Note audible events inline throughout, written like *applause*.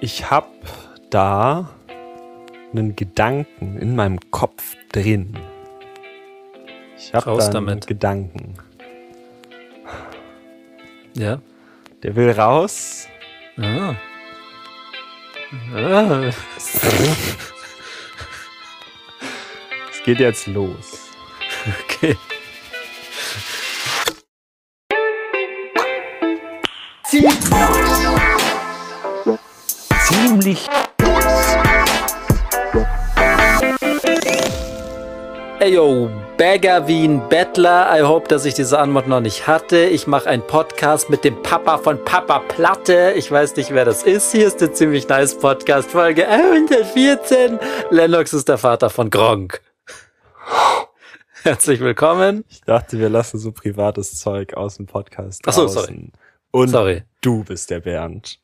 Ich habe da einen Gedanken in meinem Kopf drin. Ich habe Raus da einen damit. Gedanken. Ja. Der will raus. Ah. Ah. Es geht jetzt los. Okay. Ziemlich. Ey, yo, Bagger wie ein Bettler. I hope, dass ich diese Anmod noch nicht hatte. Ich mache einen Podcast mit dem Papa von Papa Platte. Ich weiß nicht, wer das ist. Hier ist der ziemlich nice Podcast, Folge 114. Lennox ist der Vater von Gronk. Herzlich willkommen. Ich dachte, wir lassen so privates Zeug aus dem Podcast. Ach so, draußen. Und Sorry. du bist der Bernd.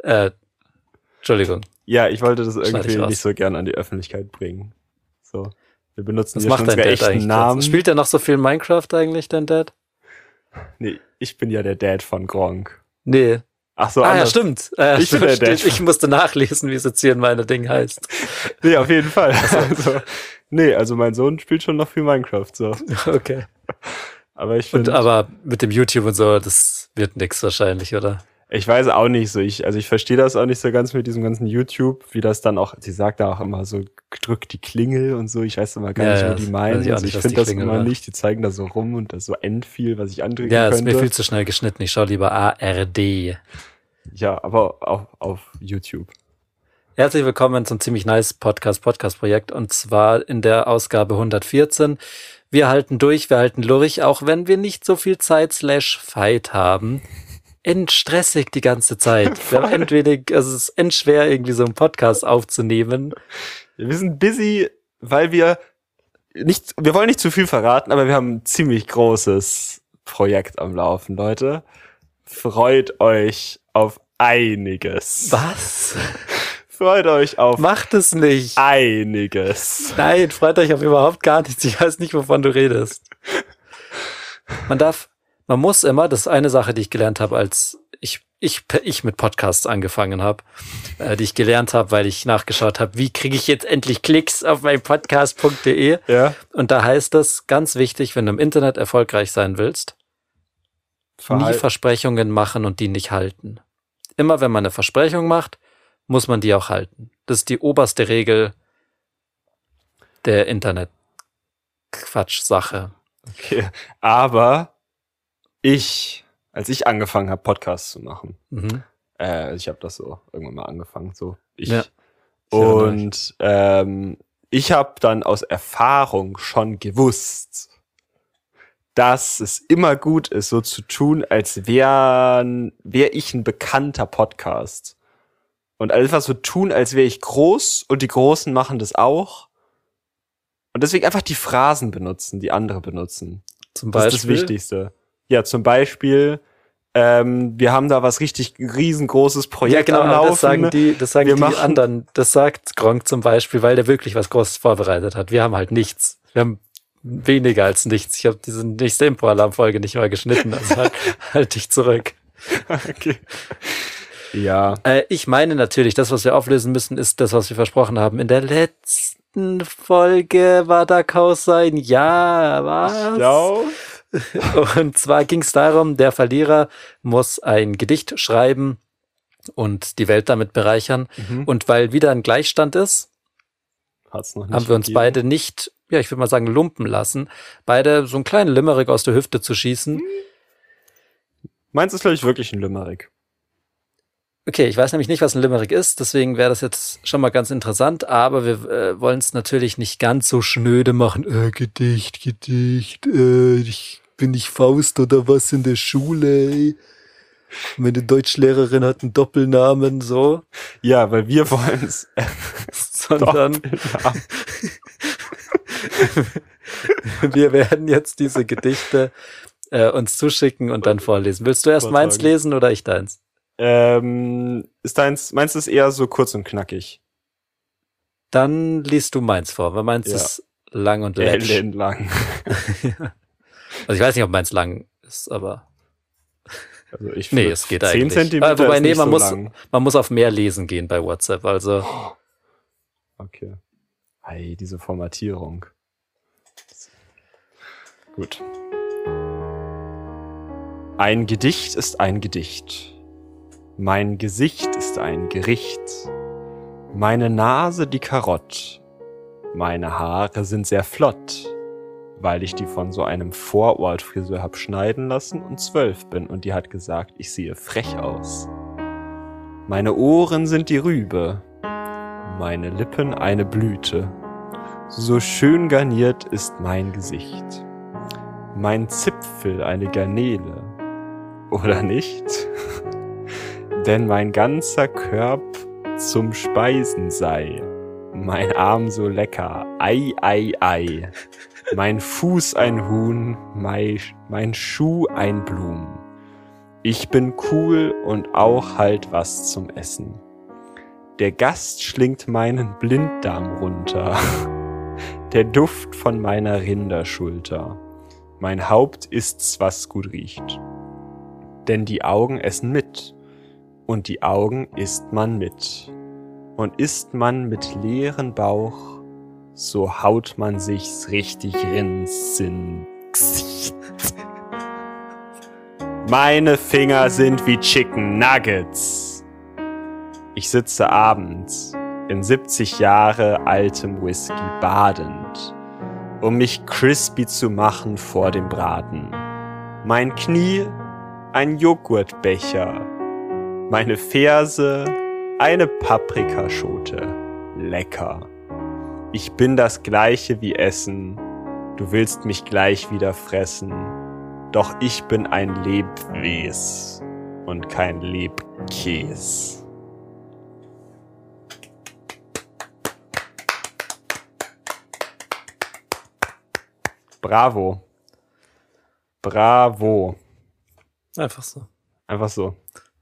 Äh, Entschuldigung. Ja, ich wollte das Schneide ich irgendwie raus. nicht so gern an die Öffentlichkeit bringen. So. Wir benutzen Was jetzt macht dein unsere Dad echten eigentlich? Namen. Namen. Spielt er noch so viel Minecraft eigentlich, dein Dad? nee, ich bin ja der Dad von Gronk. Nee. Ach so, ah, ja, anders. stimmt. Äh, Ich bin der stimmt. Dad. ich musste nachlesen, wie es jetzt hier in meiner Ding heißt. *laughs* Nee, auf jeden Fall. *laughs* Also, nee, also mein Sohn spielt schon noch viel Minecraft, so. Okay. Aber ich Und finde, aber mit dem YouTube und so, das wird nix wahrscheinlich, oder? ich weiß auch nicht so, ich, also ich verstehe das auch nicht so ganz mit diesem ganzen YouTube, wie das dann auch, sie sagt da auch immer so, drückt die Klingel und so, ich weiß immer gar Ja, nicht, ja, wo die das meinen. weiß ich auch Also nicht, ich was finde die das Klingel immer war. nicht, die zeigen da so rum und das so endviel, was ich andrücken Ja, ist könnte. mir viel zu schnell geschnitten. Ich schaue lieber ARD. ja, aber auch auf YouTube. Herzlich willkommen zum ziemlich nice Podcast, Podcast-Projekt und zwar in der Ausgabe 114. Wir halten durch, wir halten lurch, auch wenn wir nicht so viel Zeit slash Fight haben. Endstressig die ganze Zeit. Wir haben endwenig, also es ist endschwer, irgendwie so einen Podcast aufzunehmen. Wir sind busy, weil wir nicht, wir wollen nicht zu viel verraten, aber wir haben ein ziemlich großes Projekt am Laufen, Leute. Freut euch auf einiges. Was? Freut euch auf Macht es nicht. einiges. Nein, freut euch auf überhaupt gar nichts. Ich weiß nicht, wovon du redest. Man darf, man muss immer, das ist eine Sache, die ich gelernt habe, als ich, ich, ich mit Podcasts angefangen habe, äh, die ich gelernt habe, weil ich nachgeschaut habe, wie kriege ich jetzt endlich Klicks auf mein Podcast.de. Ja. Und da heißt es, ganz wichtig, wenn du im Internet erfolgreich sein willst, nie Verhal- Versprechungen machen und die nicht halten. Immer wenn man eine Versprechung macht, muss man die auch halten. Das ist die oberste Regel der Internet-Quatsch-Sache. okay. Aber ich, als ich angefangen habe, Podcasts zu machen, Mhm. äh, ich habe das so irgendwann mal angefangen, so ich. Ja. Ich erinnere mich. Und ähm, ich habe dann aus Erfahrung schon gewusst, dass es immer gut ist, so zu tun, als wäre wär ich ein bekannter Podcast. Und einfach so tun, als wäre ich groß und die Großen machen das auch. Und deswegen einfach die Phrasen benutzen, die andere benutzen. Zum Das Beispiel. ist das Wichtigste. Ja, zum Beispiel, ähm, wir haben da was richtig riesengroßes Ja, Projekt genau, am aber Laufen. das sagen die, das sagen Wir die machen- anderen. Das sagt Gronk zum Beispiel, weil der wirklich was Großes vorbereitet hat. Wir haben halt nichts. Wir haben weniger als nichts. Ich habe diese nächste Impro-Alarm-Folge nicht mal geschnitten. Also halt, *laughs* halt dich zurück. *laughs* okay. Ja. Äh, ich meine natürlich, das, was wir auflösen müssen, ist das, was wir versprochen haben. In der letzten Folge war da Chaos sein. Ja, was? Ja. Und zwar ging es darum, der Verlierer muss ein Gedicht schreiben und die Welt damit bereichern. Mhm. Und weil wieder ein Gleichstand ist, Hat's noch nicht haben wir uns gegeben. beide nicht, ja, ich würde mal sagen, lumpen lassen, beide so einen kleinen Limerick aus der Hüfte zu schießen. Meins ist, glaube ich, wirklich ein Limerick. Okay, ich weiß nämlich nicht, was ein Limerick ist, deswegen wäre das jetzt schon mal ganz interessant, aber wir äh, wollen es natürlich nicht ganz so schnöde machen. Äh, Gedicht, Gedicht, äh, ich bin ich Faust oder was in der Schule, ey. Meine Deutschlehrerin hat einen *laughs* Doppelnamen, so, Ja, weil wir *laughs* wollen es. sondern wir werden jetzt diese Gedichte äh, uns zuschicken und dann vorlesen. Willst du erst Vortragen. meins lesen oder ich deins? ähm, ist deins, meins ist eher so kurz und knackig. Dann liest du meins vor, weil meins Ja. ist lang und lätsch. Ellenlang. Also ich weiß nicht, ob meins lang ist, aber Also ich Nee, finde, es geht 10 eigentlich. Zentimeter Äh, wobei, ist nee, nicht man so muss, lang. man muss auf mehr lesen gehen bei WhatsApp. Also, Okay. Ei, diese Formatierung. Gut. Ein Gedicht ist ein Gedicht. Mein Gesicht ist ein Gericht. Meine Nase die Karott. Meine Haare sind sehr flott, weil ich die von so einem Vorortfriseur hab schneiden lassen und zwölf bin und die hat gesagt, ich sehe frech aus. Meine Ohren sind die Rübe, meine Lippen eine Blüte. So schön garniert ist mein Gesicht. Mein Zipfel eine Garnele. Oder nicht? *laughs* Denn mein ganzer Körper zum Speisen sei. Mein Arm so lecker. Ei, ei, ei. Mein Fuß ein Huhn, mein, mein Schuh ein Blumen. Ich bin cool und auch halt was zum Essen. Der Gast schlingt meinen Blinddarm runter. *laughs* Der Duft von meiner Rinderschulter. Mein Haupt ist's, was gut riecht. Denn die Augen essen mit. Und die Augen isst man mit. Und isst man mit leeren Bauch, so haut man sich's richtig ins Sinn. *laughs* Meine Finger sind wie Chicken Nuggets. Ich sitze abends in 70 Jahre altem Whisky badend, um mich crispy zu machen vor dem Braten. Mein Knie ein Joghurtbecher, meine Ferse eine Paprikaschote. Lecker. Ich bin das gleiche wie Essen, du willst mich gleich wieder fressen, doch ich bin ein Lebwes und kein Lebkäs. Bravo. Bravo. einfach so. Einfach so.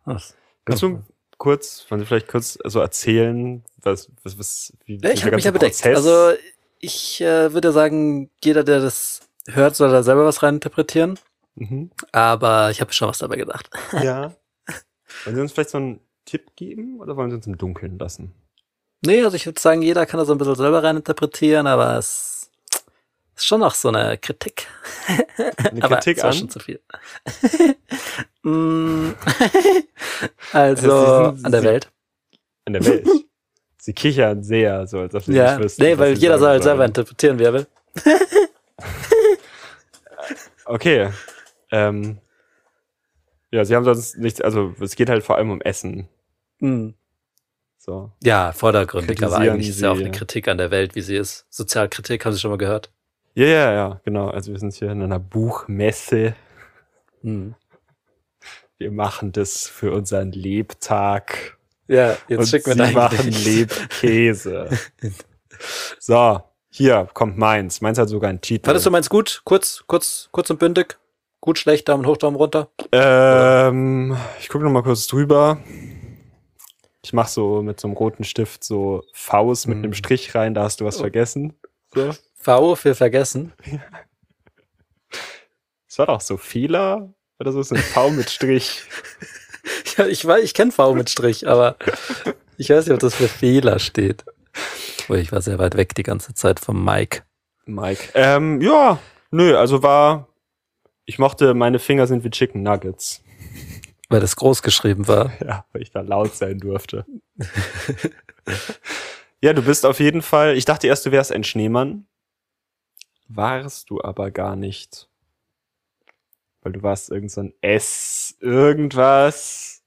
Was? Kannst du kurz, wollen Sie vielleicht kurz so erzählen, was, was, was wie Ja, ich dieser habe mich ganze ja bedeckt. Prozess- Also ich äh, würde sagen, jeder, der das hört, soll da selber was reininterpretieren. *laughs* Mhm. Aber ich habe schon was dabei gedacht. Ja. Wollen Sie uns vielleicht so einen Tipp geben oder wollen Sie uns im Dunkeln lassen? Nee, also ich würde sagen, jeder kann da so ein bisschen selber reininterpretieren, aber es ist schon noch so eine Kritik. Eine *laughs* aber Kritik es war an. schon zu viel. Mm. *laughs* also Also Sie sind- an der Sie- Welt. in der *laughs* Welt. Sie kichern sehr, so als ob Sie Ja, nicht wüssten. nee, was weil Sie jeder soll sagen halt selber sollen. interpretieren, wer will. Okay. Ähm, ja, Sie haben sonst nichts, also es geht halt vor allem um Essen. Mm. So. Ja, vordergründig, aber Kritisieren eigentlich ist ja auch Sie- eine Kritik an der Welt, wie sie ist. Sozialkritik, haben Sie schon mal gehört? Ja, ja, ja, genau. Also wir sind hier in einer Buchmesse. Hm. Wir machen das für unseren Lebtag. Ja, und jetzt schick mir Sie dein machen Gedicht. *laughs* Lebkäse. so, hier kommt meins. Meins hat sogar einen Titel. Fandest du meins gut? Kurz, kurz, kurz und bündig. Gut, schlecht, Daumen hoch, Daumen runter. ähm, ich gucke noch mal kurz drüber. Ich mach so mit so einem roten Stift so Faust mit Mhm. einem Strich rein. Da hast du was Oh. vergessen. So. V für vergessen. *laughs* Das war doch so Fehler oder so. Das ist ein V mit Strich. Ja, ich weiß, ich kenne V mit Strich, aber ich weiß nicht, ob das für Fehler steht. Ui, ich war sehr weit weg die ganze Zeit vom *laughs* Mike. Mike. Ähm, ja, nö, also war. Ich mochte, meine Finger sind wie Chicken Nuggets. Weil das groß geschrieben war. *laughs* Ja, weil ich da laut sein durfte. ja, du bist auf jeden Fall. Ich dachte erst, du wärst ein Schneemann. Warst du aber gar nicht. Weil du warst irgend so ein S, irgendwas.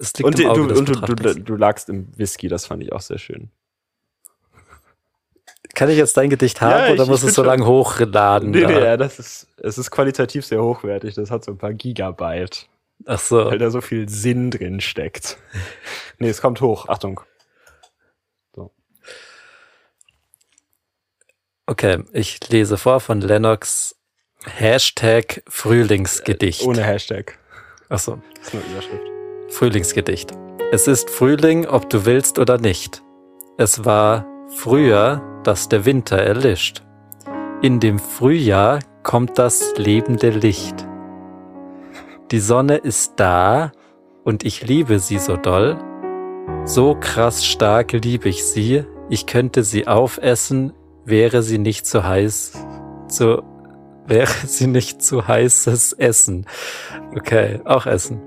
Es liegt Und, im du, Auge des und du, du, Betrachters. du lagst im Whisky, das fand ich auch sehr schön. Kann ich jetzt dein Gedicht Ja, haben ich- oder muss ich es so bin schon- lange hochladen? Nee, da? nee, ja, das ist, es ist qualitativ sehr hochwertig. Das hat so ein paar Gigabyte, Ach so. weil da so viel Sinn drin *laughs* steckt. Nee, es kommt hoch. Achtung. Okay, ich lese vor von Lennox Hashtag Frühlingsgedicht. Äh, Ohne Hashtag. Ach so. Das ist nur Überschrift. Frühlingsgedicht. Es ist Frühling, ob du willst oder nicht. Es war früher, dass der Winter erlischt. In dem Frühjahr kommt das lebende Licht. Die Sonne ist da und ich liebe sie so doll. So krass stark liebe ich sie. Ich könnte sie aufessen, wäre sie nicht zu heiß. Zu, *laughs* wäre sie nicht zu heißes Essen. Okay, auch Essen.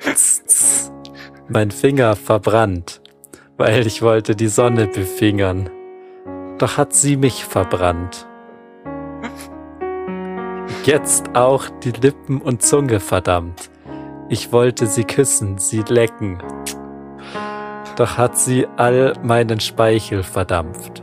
Tss, tss. Mein Finger verbrannt, weil ich wollte die Sonne befingern. Doch hat sie mich verbrannt. Jetzt auch die Lippen und Zunge verdammt. Ich wollte sie küssen, sie lecken. Doch hat sie all meinen Speichel verdampft.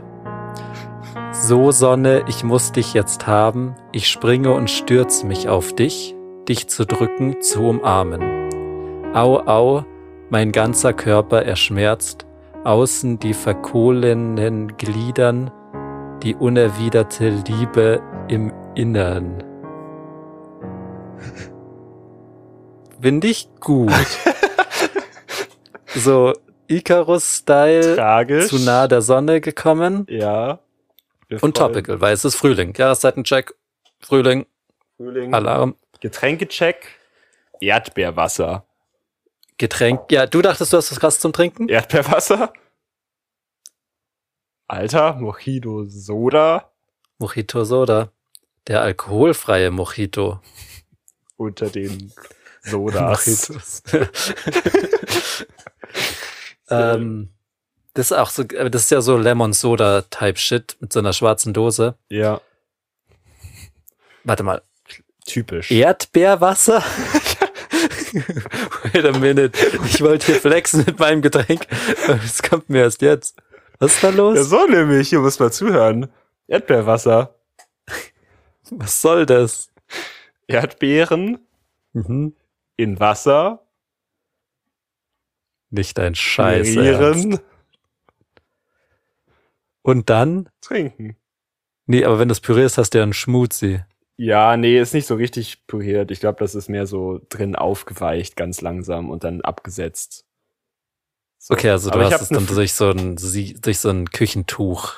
So Sonne, ich muss dich jetzt haben. Ich springe und stürz mich auf dich, dich zu drücken, zu umarmen. Au, au, mein ganzer Körper erschmerzt, außen die verkohlenen Gliedern, die unerwiderte Liebe im Innern. Finde ich gut. so Icarus-Style Tragisch. Äh, zu nah der Sonne gekommen. Ja. Wir Und freuen- topical, weil es ist Frühling. Jahreszeitencheck, Frühling, Frühling. Alarm, Getränkecheck. Erdbeerwasser. Getränk. Ja, du dachtest, du hast was krass zum Trinken? Erdbeerwasser. Alter, Mojito Soda Mojito Soda. Der alkoholfreie Mojito. unter den Sodas. *laughs* Mojitos. *laughs* ähm, das ist auch so, aber das ist ja so Lemon Soda Type Shit mit so einer schwarzen Dose. ja, Warte mal. typisch. Erdbeerwasser? *laughs* Wait a minute. Ich wollte hier flexen mit meinem Getränk. *laughs* Das kommt mir erst jetzt. Was ist da los? ja, so nämlich, hier muss man zuhören. Erdbeerwasser. Was soll das? Erdbeeren Mhm. in Wasser. Nicht ein Scheiß. Ernst. pürieren, Und dann? Trinken. Nee, aber wenn du es pürierst, hast du ja einen Schmutzi. Ja, nee, ist nicht so richtig püriert. Ich glaube, das ist mehr so drin aufgeweicht, ganz langsam und dann abgesetzt. So. Okay, also du Aber ich hast hab es ne dann F- durch so, ein, Sie- durch so ein Küchentuch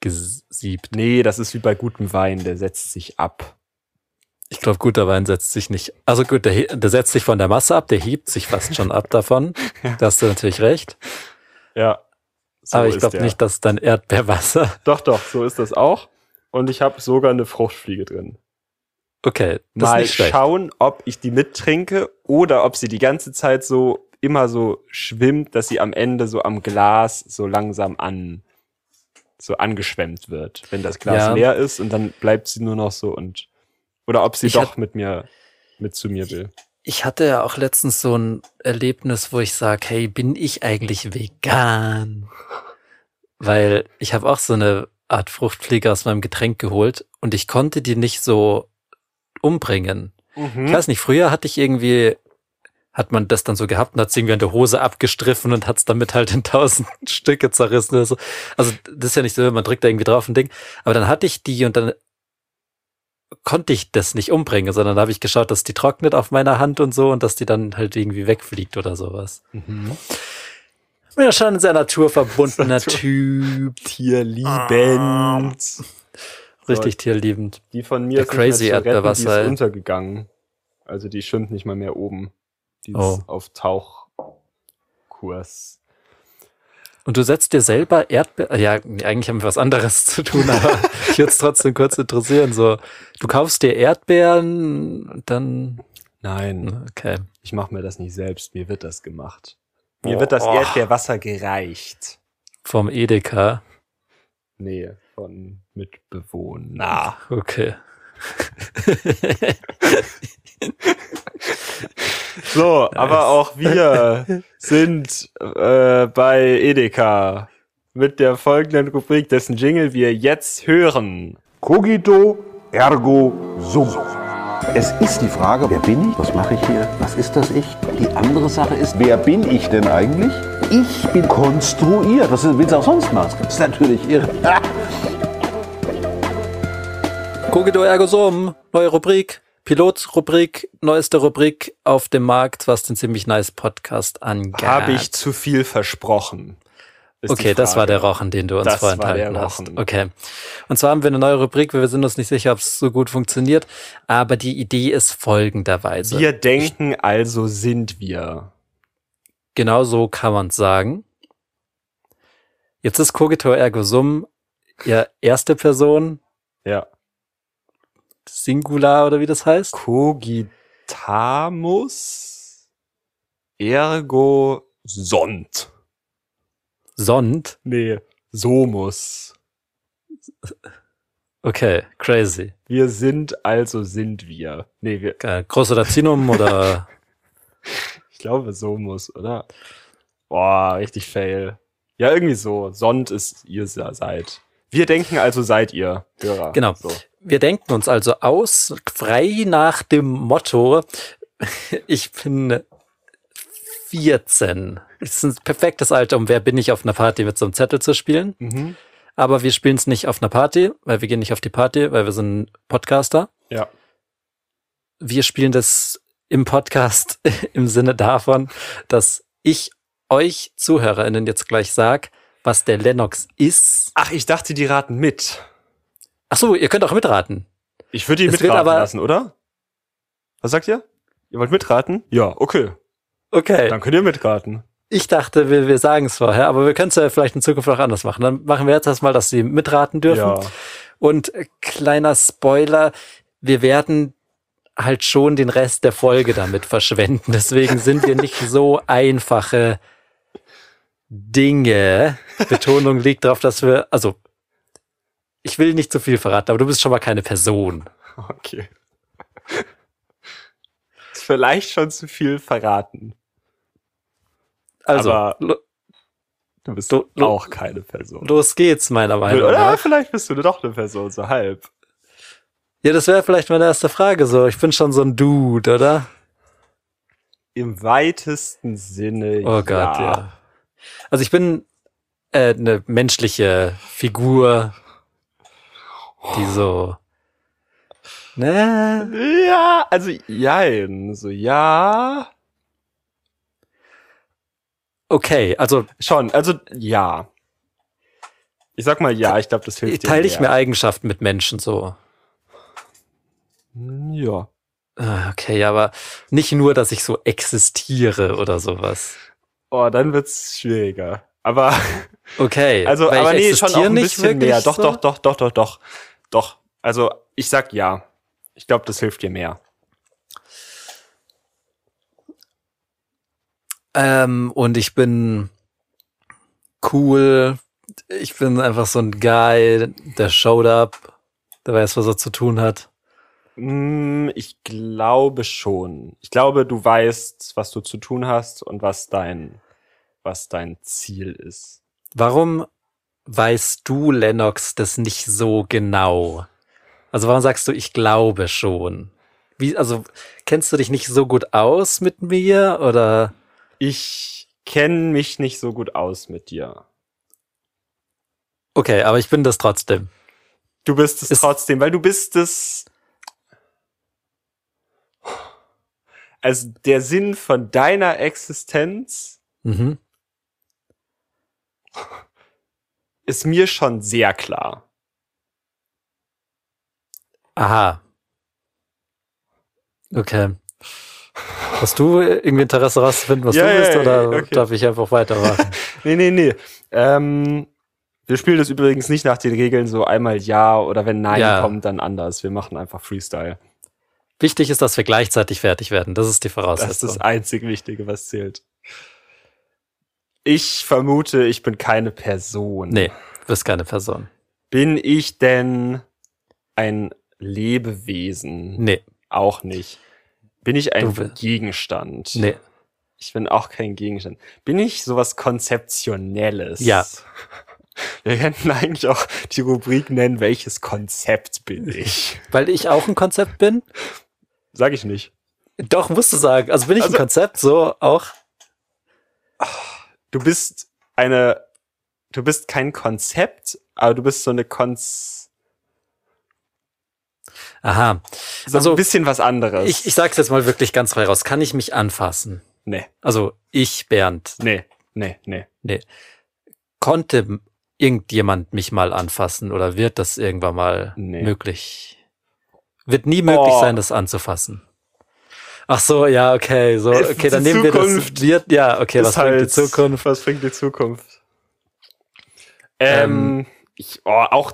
gesiebt. Nee, das ist wie bei gutem Wein, der setzt sich ab. Ich glaube, guter Wein setzt sich nicht. Also gut, der, he- der setzt sich von der Masse ab, der hebt sich fast schon ab davon. *laughs* Ja. Da hast du natürlich recht. Ja. So aber ich ist glaube der. nicht, dass dann Erdbeerwasser. Doch, doch, so ist das auch. Und ich habe sogar eine Fruchtfliege drin. Okay, das ist Mal nicht schlecht. schauen, ob ich die mittrinke oder ob sie die ganze Zeit so immer so schwimmt, dass sie am Ende so am Glas so langsam an so angeschwemmt wird, wenn das Glas Ja. leer ist und dann bleibt sie nur noch so und oder ob sie Ich doch mit mir mit zu mir will. Ich hatte ja auch letztens so ein Erlebnis, wo ich sage, hey, bin ich eigentlich vegan? Weil ich habe auch so eine Art Fruchtfliege aus meinem Getränk geholt und ich konnte die nicht so umbringen. Hm? Ich weiß nicht, früher hatte ich irgendwie, hat man das dann so gehabt und hat es irgendwie an der Hose abgestriffen und hat es damit halt in tausend *laughs* Stücke zerrissen. Oder so. Also das ist ja nicht so, man drückt da irgendwie drauf ein Ding. Aber dann hatte ich die und dann konnte ich das nicht umbringen, sondern da habe ich geschaut, dass die trocknet auf meiner Hand und so und dass die dann halt irgendwie wegfliegt oder sowas. Mhm. Ich bin ja schon ein sehr naturverbundener Natur- Typ, Tierliebend. richtig tierliebend. Die von mir Der ist nicht mehr Crazy zu Erdbeer retten, die Wasser, ist ey. untergegangen. Also die schwimmt nicht mal mehr oben. Die ist Oh. auf Tauchkurs. Und du setzt dir selber Erdbeer. Ja, eigentlich haben wir was anderes *laughs* zu tun, aber ich würde es trotzdem kurz interessieren. So, du kaufst dir Erdbeeren, und dann. Nein, Okay. ich mache mir das nicht selbst. Mir wird das gemacht. Mir wird das Boah. Erdbeerwasser gereicht. Vom Edeka. Nee, von Mitbewohner. Okay. So, aber auch *laughs* wir sind äh, bei Edeka mit der folgenden Rubrik, dessen Jingle wir jetzt hören. Cogito ergo sum. Es ist die Frage, wer bin ich? Was mache ich hier? Was ist das Ich? Die andere Sache ist, wer bin ich denn eigentlich? Ich bin konstruiert. Was willst du auch sonst machen? Das ist natürlich irre. Kogido ergo sum. Neue Rubrik. Pilotrubrik. Neueste Rubrik auf dem Markt, was den ziemlich nice Podcast angeht. Habe ich zu viel versprochen? ist die Okay, das Frage. war der Rochen, den du uns Das war vorenthalten der hast. Rochen. Okay. Und zwar haben wir eine neue Rubrik, wir sind uns nicht sicher, ob es so gut funktioniert, aber die Idee ist folgenderweise. Wir denken, also sind wir. Genau so kann man es sagen. Jetzt ist Cogitor ergo sum ja erste Person, Ja. Singular oder wie das heißt. Cogitamus ergo sont. Sond. Nee. Somus. Okay, crazy. Wir sind, also sind wir. Nee, wir, Geil. Großer Latinum oder *laughs* ich glaube Somus, oder? Boah, richtig fail. Ja, irgendwie so. Sont ist ihr se- seid. Wir denken, also seid ihr. Hörer. Genau. So. Wir denken uns also aus, frei nach dem Motto, ich bin 14. Das ist ein perfektes Alter, um wer bin ich auf einer Party mit so einem Zettel zu spielen. Mhm. Aber wir spielen es nicht auf einer Party, weil wir gehen nicht auf die Party, weil wir sind Podcaster. Ja. Wir spielen das im Podcast *laughs* im Sinne davon, dass ich euch ZuhörerInnen jetzt gleich sag, was der Lennox ist. Ach, ich dachte, die raten mit. Ach so, ihr könnt auch mitraten. Ich würde die Es wird mitraten aber- lassen, oder? Was sagt ihr? Ihr wollt mitraten? Ja, okay. Okay. Dann könnt ihr mitraten. Ich dachte, wir, wir sagen es vorher, aber wir können es ja vielleicht in Zukunft auch anders machen. Dann machen wir jetzt erstmal, dass sie mitraten dürfen. Ja. Und äh, kleiner Spoiler, wir werden halt schon den Rest der Folge damit verschwenden. Deswegen sind wir nicht so einfache Dinge. Betonung liegt darauf, dass wir, also ich will nicht zu viel verraten, aber du bist schon mal keine Person. *laughs* Okay. Ist vielleicht schon zu viel verraten. Also Aber- lo Du bist Du- du- auch keine Person. los geht's meiner Meinung Oder nach. vielleicht bist du doch eine Person, so halb. Ja, das wäre vielleicht meine erste Frage. So, ich bin schon so ein Dude, oder? Im weitesten Sinne. Oh Gott, ja. Also ich bin äh, eine menschliche Figur, die so. Ne? Ja, also jein. So, ja. Okay, also Schon, also ja. Ich sag mal ja, ich glaube, das hilft dir. teile ich mir mehr. Eigenschaften mit Menschen so. Hm, Ja. Ah, Okay, aber nicht nur, dass ich so existiere oder sowas. Oh, dann wird's schwieriger. Aber Okay, Also, weil aber ich nee, schon auch existiere ein nicht bisschen wirklich mehr. Doch, so. doch, doch, doch, doch, doch. Doch. Also, ich sag ja. Ich glaube, das hilft dir mehr. Ähm, und ich bin cool. Ich bin einfach so ein Guy, der showed up, der weiß, was er zu tun hat. Hm, ich glaube schon. Ich glaube, du weißt, was du zu tun hast und was dein, was dein Ziel ist. Warum weißt du, Lennox, das nicht so genau? Also warum sagst du, ich glaube schon? Wie, also kennst du dich nicht so gut aus mit mir oder? Ich kenne mich nicht so gut aus mit dir. Okay, aber ich bin das trotzdem. Du bist es Ist- trotzdem, weil du bist es. Also der Sinn von deiner Existenz Mhm. ist mir schon sehr klar. Aha. Okay. Hast du irgendwie Interesse herauszufinden, was Ja, du ja, bist, ja, oder okay. darf ich *laughs* einfach weitermachen? Nee, nee, nee. Ähm, wir spielen das übrigens nicht nach den Regeln so einmal ja oder wenn nein Ja. kommt, dann anders. Wir machen einfach Freestyle. Wichtig ist, dass wir gleichzeitig fertig werden. Das ist die Das Voraussetzung. ist das einzig Wichtige, was zählt. Ich vermute, ich bin keine Person. nee, du bist keine Person. Bin ich denn ein Lebewesen? Nee, Auch nicht. Bin ich Du ein bist- Gegenstand? nee. Ich bin auch kein Gegenstand. Bin ich sowas Konzeptionelles? Ja. *laughs* Wir könnten eigentlich auch die Rubrik nennen, welches Konzept bin *laughs* ich? Weil ich auch ein Konzept bin? Sag ich nicht. Doch, musst du sagen. Also bin ich Also- ein Konzept, so auch. Du bist eine, du bist kein Konzept, aber du bist so eine Konz, Aha. so Also, ein bisschen was anderes. Ich, ich sag's jetzt mal wirklich ganz frei raus. Kann ich mich anfassen? nee, Also ich, Bernd. nee, nee, nee. Nee. konnte irgendjemand mich mal anfassen oder wird das irgendwann mal Nee. möglich? Wird nie möglich Oh. sein, das anzufassen. Ach so, ja, okay, so, Es ist okay, dann die nehmen wir das. Zukunft. Wird, ja, okay, Ist was bringt die halt- Zukunft? Was bringt die Zukunft? Ähm, ich, oh, auch.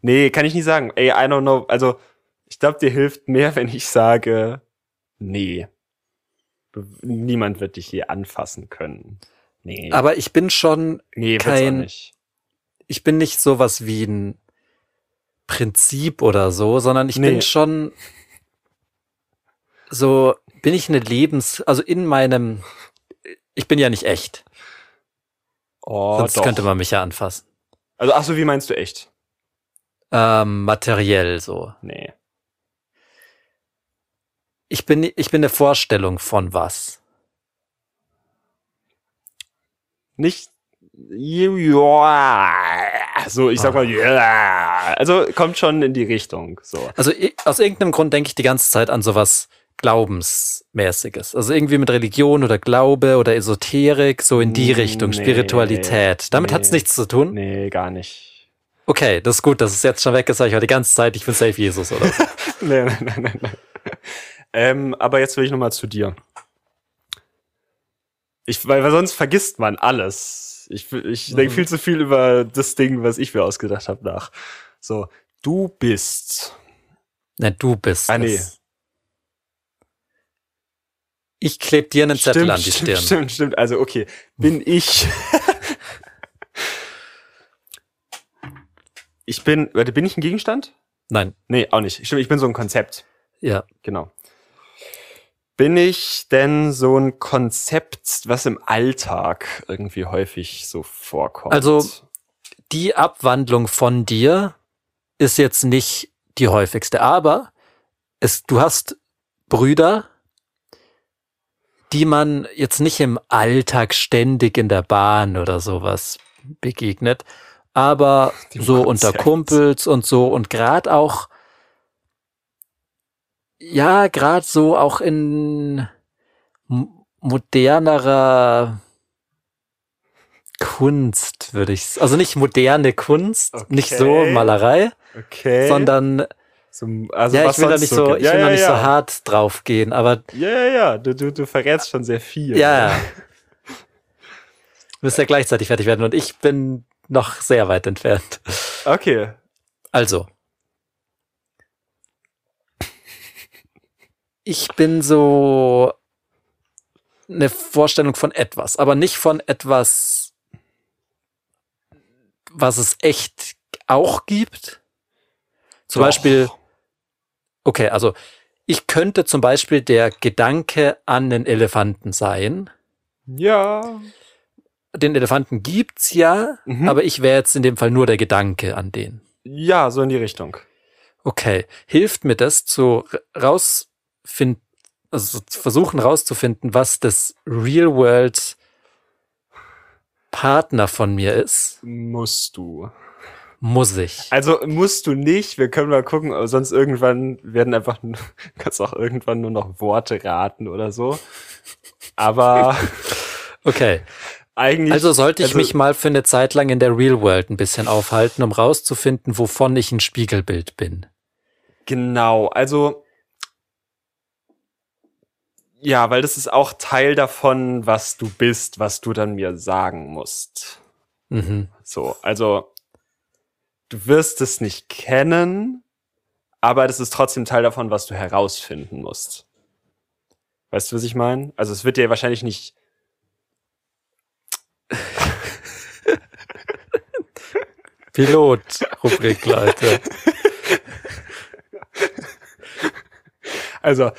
Nee, kann ich nicht sagen. Ey, I don't know. Also, ich glaube, dir hilft mehr, *laughs* wenn ich sage, nee. Niemand wird dich je anfassen können. Nee. Aber ich bin schon, nee, wird's kein- auch nicht. ich bin nicht sowas wie ein Prinzip oder so, sondern ich bin Nee. schon so, bin ich eine Lebens, also in meinem, ich bin ja nicht echt. Oh, Sonst doch. könnte man mich ja anfassen. Also, ach so, wie meinst du echt? Ähm, materiell so. Nee. Ich bin, ich bin eine Vorstellung von was. Nicht. Ja. So, Ah. ich sag mal, ja. Also, kommt schon in die Richtung. So. Also i- aus irgendeinem Grund denke ich die ganze Zeit an sowas Glaubensmäßiges. Also irgendwie mit Religion oder Glaube oder Esoterik, so in die Hm, Nee, Richtung, Spiritualität. Damit nee. hat's nichts zu tun. Nee, gar nicht. *laughs* Okay, das ist gut, dass es jetzt schon weg ist, weil ich war die ganze Zeit, ich bin safe *laughs* Jesus, oder? so. Nein, nein, nein, nein. nein. Ähm, aber jetzt will ich noch mal zu dir. Ich, weil, weil sonst vergisst man alles. Ich, ich Mhm. denke viel zu viel über das Ding, was ich mir ausgedacht habe, nach. So, du bist. Nein, du bist. Ah, nee. es. Ich kleb dir einen Zettel an die stimmt, Stirn. stimmt, stimmt. Also, okay, bin *laughs* ich. ich bin, warte, bin ich ein Gegenstand? Nein, Nee, auch nicht. Stimmt, ich bin so ein Konzept. ja. Genau. Bin ich denn so ein Konzept, was im Alltag irgendwie häufig so vorkommt? Also- die Abwandlung von dir ist jetzt nicht die häufigste, aber es, du hast Brüder, die man jetzt nicht im Alltag ständig in der Bahn oder sowas begegnet, aber Die so unter Konzepte. Kumpels und so und gerade auch, ja, gerade so auch in m- modernerer Kunst, würde ich Also nicht moderne Kunst, Okay. nicht so Malerei, okay. sondern so, also ja, was ich will da sonst nicht so, gibt. ich ja, will ja, da nicht ja. so hart drauf gehen, aber Ja, ja, ja. Du, du, du verrätst schon sehr viel. ja. Wir müssen ja gleichzeitig fertig werden und ich bin noch sehr weit entfernt. Okay. Also. Ich bin so eine Vorstellung von etwas, aber nicht von etwas, was es echt auch gibt. Zum Doch. Beispiel, okay, also ich könnte zum Beispiel der Gedanke an den Elefanten sein. Ja. Den Elefanten gibt's ja, Mhm. aber ich wäre jetzt in dem Fall nur der Gedanke an den. Ja, so in die Richtung. Okay, hilft mir das zu r- rausfinden, also zu versuchen rauszufinden, was das Real World Partner von mir ist? Musst du. Muss ich. Also musst du nicht. Wir können mal gucken. aber Sonst irgendwann werden einfach, nur- *laughs* kannst auch irgendwann nur noch Worte raten oder so. *laughs* Aber Okay, eigentlich. also sollte ich also- mich mal für eine Zeit lang in der Real World ein bisschen aufhalten, um rauszufinden, wovon ich ein Spiegelbild bin. Genau, also ja, weil das ist auch Teil davon, was du bist, was du dann mir sagen musst. Mhm. So, also du wirst es nicht kennen, aber das ist trotzdem Teil davon, was du herausfinden musst. Weißt du, was ich meine? Also es wird dir wahrscheinlich nicht *laughs* Pilot-Rubrik, Leute. Also,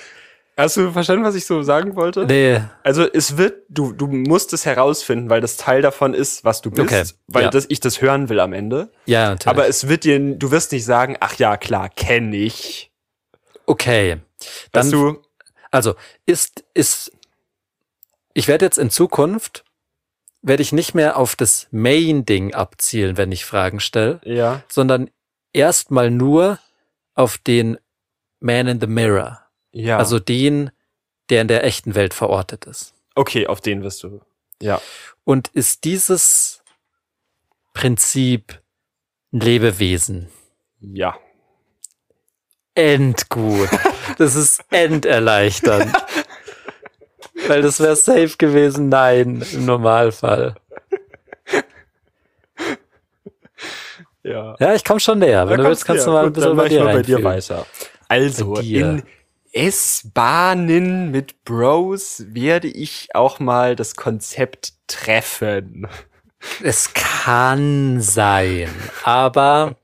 hast du verstanden, was ich so sagen wollte? Nee, Also es wird, du, du musst es herausfinden, weil das Teil davon ist, was du bist, Okay, weil ja. das, ich das hören will am Ende. ja, natürlich. Aber es wird dir, du wirst nicht sagen, ach ja, klar, kenne ich. okay. Weißt du, Also ist, ist, ich werde jetzt in Zukunft, werde ich nicht mehr auf das Main-Ding abzielen, wenn ich Fragen stelle, ja, sondern erstmal nur auf den Man in the Mirror. ja. Also den, der in der echten Welt verortet ist. okay, auf den wirst du Ja. Und ist dieses Prinzip ein Lebewesen? Ja. Endgut. Das ist *laughs* enderleichternd. Weil das wäre safe gewesen. Nein, im Normalfall. Ja. Ja, ich komme schon näher. Wenn Da du willst, kommst kannst du du ja. mal ein Gut, bisschen dann bei mach ich dir, mal bei dir reinfühlen. weiter. Also, Bei dir. in S-Bahnen mit Bros werde ich auch mal das Konzept treffen. Es kann sein, aber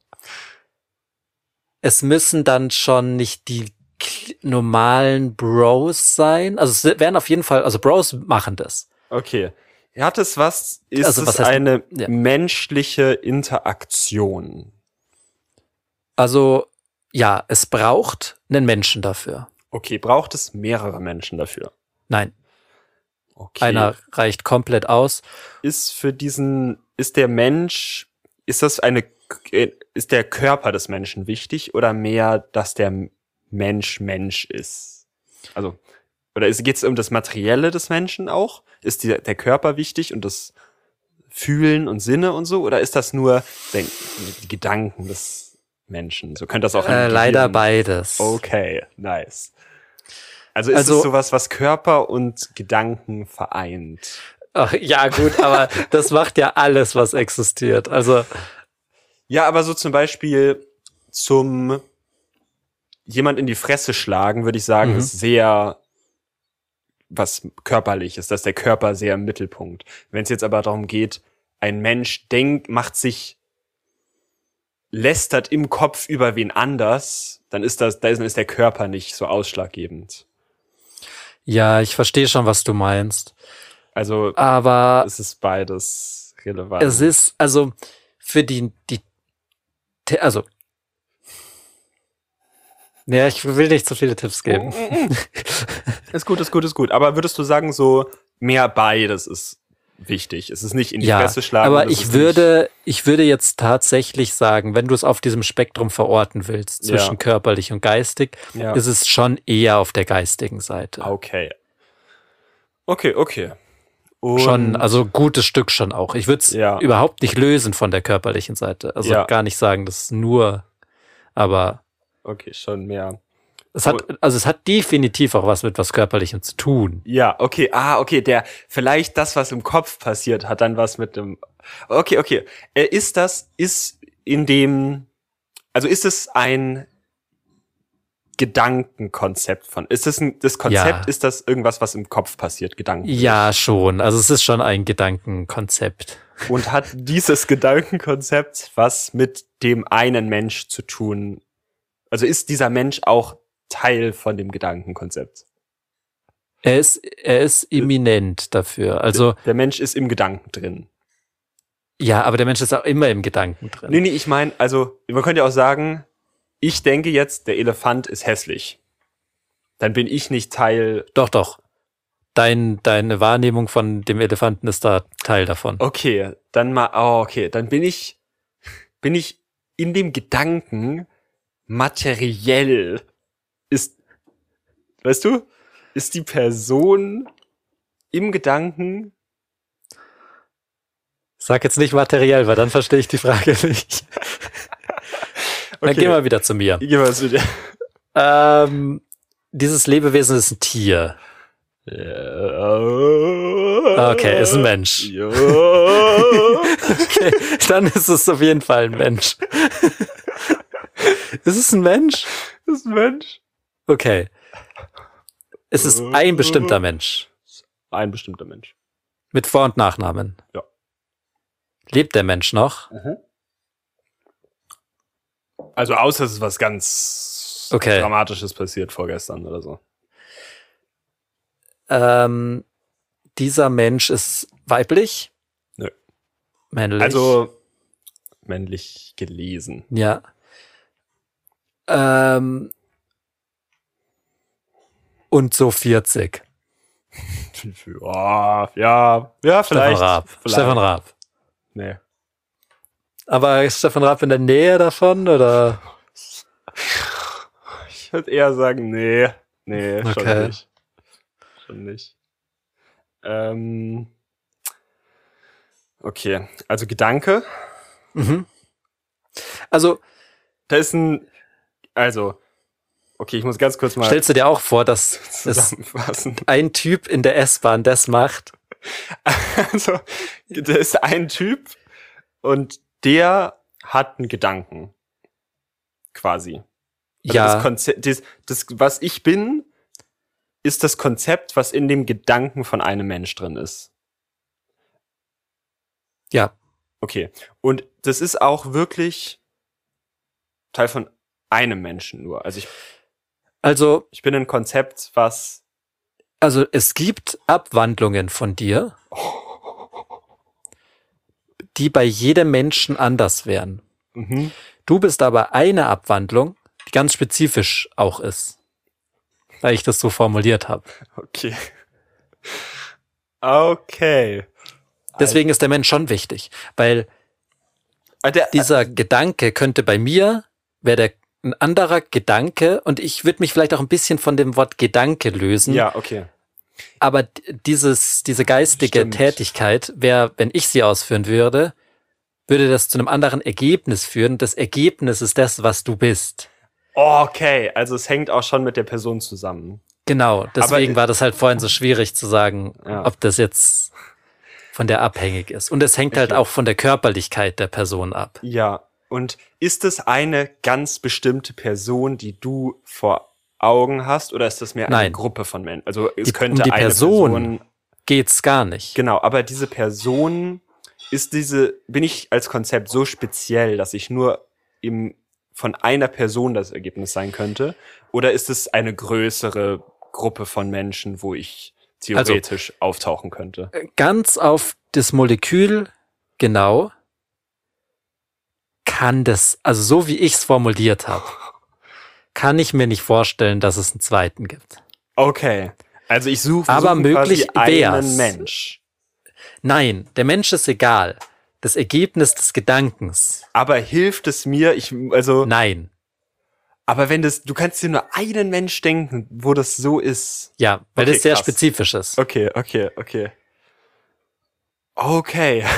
es müssen dann schon nicht die k- normalen Bros sein. Also es werden auf jeden Fall, also Bros machen das. Okay. Hat es was, ist Also, was es heißt- eine ja. menschliche Interaktion? Also ja, es braucht einen Menschen dafür. Okay, braucht es mehrere Menschen dafür? Nein, Okay. einer reicht komplett aus. Ist für diesen, ist der Mensch, ist das eine, äh, ist der Körper des Menschen wichtig oder mehr, dass der Mensch Mensch ist? Also, oder geht es um das Materielle des Menschen auch? Ist die, der Körper wichtig und das Fühlen und Sinne und so? Oder ist das nur den, die Gedanken des Menschen? So könnte das auch ein Äh, leider Gehirn- beides. Okay, nice. Also ist Also- es sowas, was Körper und Gedanken vereint? Ach, ja gut, *laughs* aber das macht ja alles, was existiert. Also Ja, aber so zum Beispiel zum jemand in die Fresse schlagen, würde ich sagen, Mhm. ist sehr was körperlich ist, dass der Körper sehr im Mittelpunkt. Wenn es jetzt aber darum geht, ein Mensch denkt, macht sich lästert im Kopf über wen anders, dann ist das, dann ist der Körper nicht so ausschlaggebend. ja, ich verstehe schon, was du meinst. Also Aber es ist beides relevant. Ah. Es ist, also für die, die, Te- also. Ja, ich will nicht zu viele Tipps geben. Um Ist gut, ist gut, ist gut. Aber würdest du sagen, so mehr beides ist wichtig? Es ist nicht in die Ja, Fresse schlagen. aber es ich ist würde, ich würde jetzt tatsächlich sagen, wenn du es auf diesem Spektrum verorten willst, Ja. zwischen körperlich und geistig, Nicht, ja. ist es schon eher auf der geistigen Seite. okay. Okay, okay. Und Schon, also gutes Stück schon auch. Ich würde es Ja. überhaupt nicht lösen von der körperlichen Seite. Also Ja. gar nicht sagen, das ist nur, aber Okay, schon mehr. es hat, also es hat definitiv auch was mit was Körperlichem zu tun. Ja, okay, ah, okay, der, vielleicht das, was im Kopf passiert, hat dann was mit dem, okay, okay, Äh, ist das, ist in dem, also ist es ein Gedankenkonzept von, ist es ein, das Konzept, Ja. ist das irgendwas, was im Kopf passiert, Gedanken? Ja, schon. Also es ist schon ein Gedankenkonzept. und hat dieses Gedankenkonzept was mit dem einen Mensch zu tun? Also ist dieser Mensch auch Teil von dem Gedankenkonzept? Er ist, er ist imminent dafür. Also der Mensch ist im Gedanken drin. ja, aber der Mensch ist auch immer im Gedanken drin. Nee, nee, ich meine, also man könnte ja auch sagen, ich denke jetzt, der Elefant ist hässlich. Dann bin ich nicht Teil. Doch, doch. Dein, deine Wahrnehmung von dem Elefanten ist da Teil davon. Okay, dann mal, oh, okay, dann bin ich, bin ich in dem Gedanken materiell ist, weißt du, ist die Person im Gedanken, Sag jetzt nicht materiell, weil dann verstehe ich die Frage *laughs* *laughs* nicht. Dann Okay. gehen wir wieder zu mir. ich geh mal zu dir. Ähm, dieses Lebewesen ist ein Tier. Okay, Okay, Ah, ist *laughs* ein Mensch. Okay, dann ist es auf jeden Fall ein Mensch. *laughs* ist es ein Mensch? ist ein Mensch. Okay. Es ist ein bestimmter Mensch Ein bestimmter Mensch. mit Vor- und Nachnamen. Ja. Lebt der Mensch noch? Also außer es ist was ganz Okay. Dramatisches passiert vorgestern oder so. Ähm, dieser Mensch ist weiblich? Nö. Männlich? Also männlich gelesen. Ja. Ähm, und so 40. Ja, ja, ja, vielleicht. Stefan Raab. vielleicht. Stefan Raab. Nee. Aber ist Stefan Raab in der Nähe davon oder? Ich würde eher sagen, nee. Nee, Okay. schon nicht. Schon nicht. Ähm, Okay, also Gedanke. Mhm. Also Da ist ein, also, okay, ich muss ganz kurz mal stellst du dir auch vor, dass *laughs* das zusammenfassen. ein Typ in der S-Bahn das macht. Also, da ist ein Typ und der hat einen Gedanken. Quasi. Also Das ja, Konzept, das, das, was ich bin, ist das Konzept, was in dem Gedanken von einem Mensch drin ist. ja. Okay. Und das ist auch wirklich Teil von einem Menschen nur. Also ich, Also, ich bin ein Konzept, was also es gibt Abwandlungen von dir, Oh. die bei jedem Menschen anders wären. mhm. Du bist aber eine Abwandlung, die ganz spezifisch auch ist. Weil ich das so formuliert habe. okay. Okay. Deswegen ist der Mensch schon wichtig, weil Ah, Der, dieser Gedanke könnte bei mir, wäre der ein anderer Gedanke und ich würde mich vielleicht auch ein bisschen von dem Wort Gedanke lösen, ja, okay. aber d- dieses, diese geistige Stimmt. Tätigkeit wäre, wenn ich sie ausführen würde, würde das zu einem anderen Ergebnis führen. Das Ergebnis ist das, was du bist. Okay, also es hängt auch schon mit der Person zusammen. Genau, deswegen Aber- war das halt vorhin so schwierig zu sagen, Ja. ob das jetzt von der abhängig ist. Und es hängt halt Okay. auch von der Körperlichkeit der Person ab. Ja. Und ist es eine ganz bestimmte Person, die du vor Augen hast, oder ist das mehr eine Nein. Gruppe von Menschen? Also es Die- könnte um die eine Person. Person Geht's gar nicht. Genau, aber diese Person ist diese, bin ich als Konzept so speziell, dass ich nur im, von einer Person das Ergebnis sein könnte? Oder ist es eine größere Gruppe von Menschen, wo ich Also theoretisch auftauchen könnte? Äh, Ganz auf das Molekül genau kann das, also so wie ich's formuliert habe, kann ich mir nicht vorstellen, dass es einen zweiten gibt. Okay. Also ich suche Aber versuche möglich quasi einen wär's. Mensch. Nein, der Mensch ist egal. Das Ergebnis des Gedankens. Aber hilft es mir, ich, also, Nein. aber wenn das, du kannst dir nur einen Mensch denken, wo das so ist. Ja, weil Okay, das sehr krass. spezifisch ist. Okay, okay, okay. Okay. *laughs*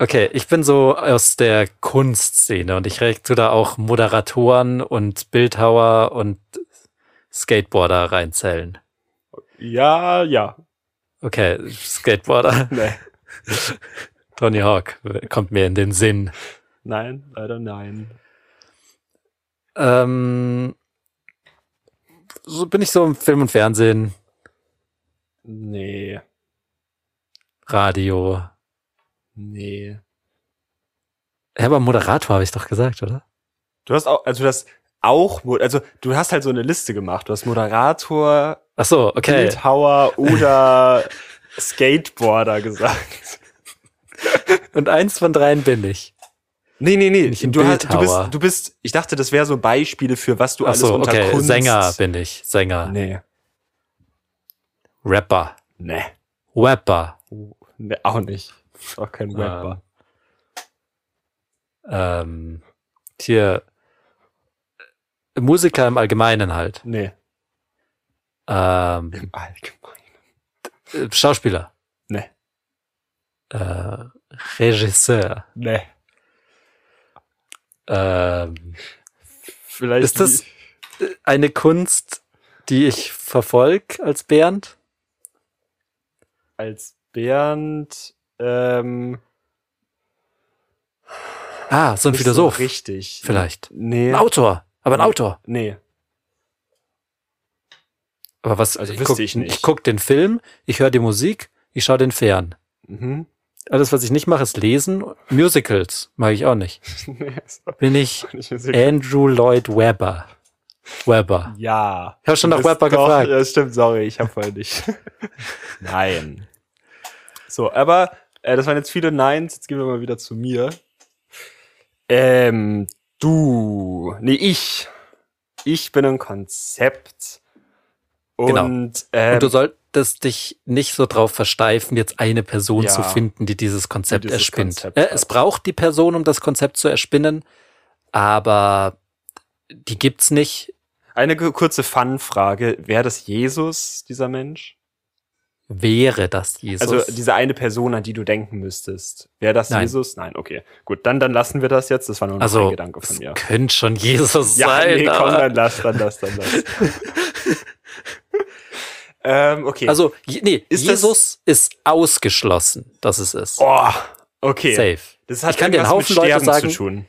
Okay, ich bin so aus der Kunstszene und ich tu da auch Moderatoren und Bildhauer und Skateboarder reinzählen. Ja, ja. Okay, Skateboarder, *laughs* Nee. Tony Hawk kommt mir in den Sinn. Nein, leider nein. Ähm, so bin ich so im Film und Fernsehen, Nee, Radio. nee. Hä, aber Moderator habe ich doch gesagt, oder? Du hast auch, also du hast auch, Mo- also du hast halt so eine Liste gemacht. Du hast Moderator, Ach so, okay. Bildhauer *laughs* oder Skateboarder gesagt. Und eins von dreien bin ich. Nee, nee, nee. Bin ich ein Du, hast, du, Bildhauer? bist, du bist, ich dachte, das wäre so Beispiele für was du Ach alles so, unter okay. Kunst. Sänger bin ich. Sänger. Nee, Rapper. nee. Rapper. Nee, auch nicht. Ist auch kein Rapper. Ähm, hier. äh, Musiker im Allgemeinen halt. Nee. Ähm, Im Allgemeinen. äh, Schauspieler. Nee. Äh, Regisseur. Nee. Ähm, Vielleicht. Ist das- äh, eine Kunst, die ich verfolge als Bernd? als Bernd ähm, Ah, so ein nicht Philosoph. So richtig. vielleicht. Nee. Ein Autor. Aber ein Ja. Autor. Nee. Aber was? Also ich wüsste guck, ich nicht. Ich guck den Film, ich höre die Musik, ich schaue den Fern. Mhm. *laughs* Alles, was ich nicht mache, ist lesen. Musicals mag ich auch nicht. nee ist auch Bin ich nicht mehr so- Andrew Lloyd Webber. Webber. ja. Ich habe schon Du nach bist Webber doch- gefragt. Ja, stimmt, sorry, ich habe vorher *laughs* nicht. Nein. So, aber äh, das waren jetzt viele Neins, jetzt gehen wir mal wieder zu mir. Ähm, du. Nee, ich. Ich bin ein Konzept. Und, Genau. ähm, Und du solltest dich nicht so drauf versteifen, jetzt eine Person Ja. zu finden, die dieses Konzept Die dieses erspinnt. Konzept äh, hat. es braucht die Person, um das Konzept zu erspinnen, aber die gibt's nicht. Eine ge- kurze Fun-Frage. Wäre das Jesus, dieser Mensch? Wäre das Jesus? Also diese eine Person, an die du denken müsstest. Wäre das Nein. Jesus? Nein, okay. Gut, dann, dann lassen wir das jetzt. Das war nur noch also ein Gedanke von mir. es könnte schon Jesus Ja, sein. nee, komm, aber- dann lass, dann lass, dann *laughs* lass. ähm, okay. Also, je- nee, Ist das- Jesus ist ausgeschlossen, dass es ist. oh, okay. Safe. Das hat Ich kann dir einen irgendwas Haufen mit Leute Sterben sagen- zu tun.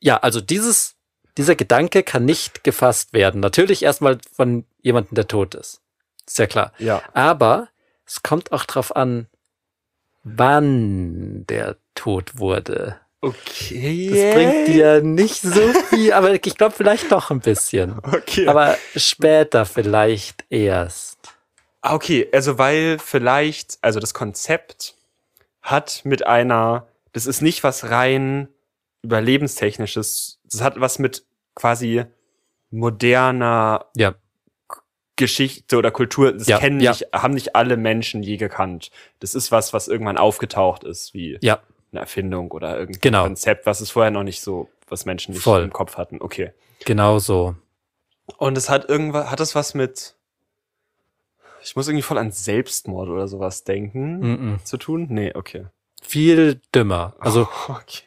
Ja, also dieses, dieser Gedanke kann nicht gefasst werden. Natürlich erstmal von jemandem, der tot ist. Ist ja klar. Ja. Aber es kommt auch drauf an, wann der tot wurde. Okay. Das bringt dir nicht so viel, aber ich glaube vielleicht doch ein bisschen. Okay. Aber später vielleicht erst. Ah, okay, also weil vielleicht, also das Konzept hat mit einer, das ist nicht was rein überlebenstechnisches, das hat was mit quasi moderner Ja. Geschichte oder Kultur, das Ja, kennen ja. nicht, haben nicht alle Menschen je gekannt. Das ist was, was irgendwann aufgetaucht ist, wie Ja. eine Erfindung oder irgendein Genau. Konzept, was es vorher noch nicht so, was Menschen nicht Voll. im Kopf hatten. Okay. Genau so. Und es hat irgendwas, hat das was mit, ich muss irgendwie voll an Selbstmord oder sowas denken Mm-mm. zu tun? Nee, okay. Viel dümmer. Also *laughs* okay,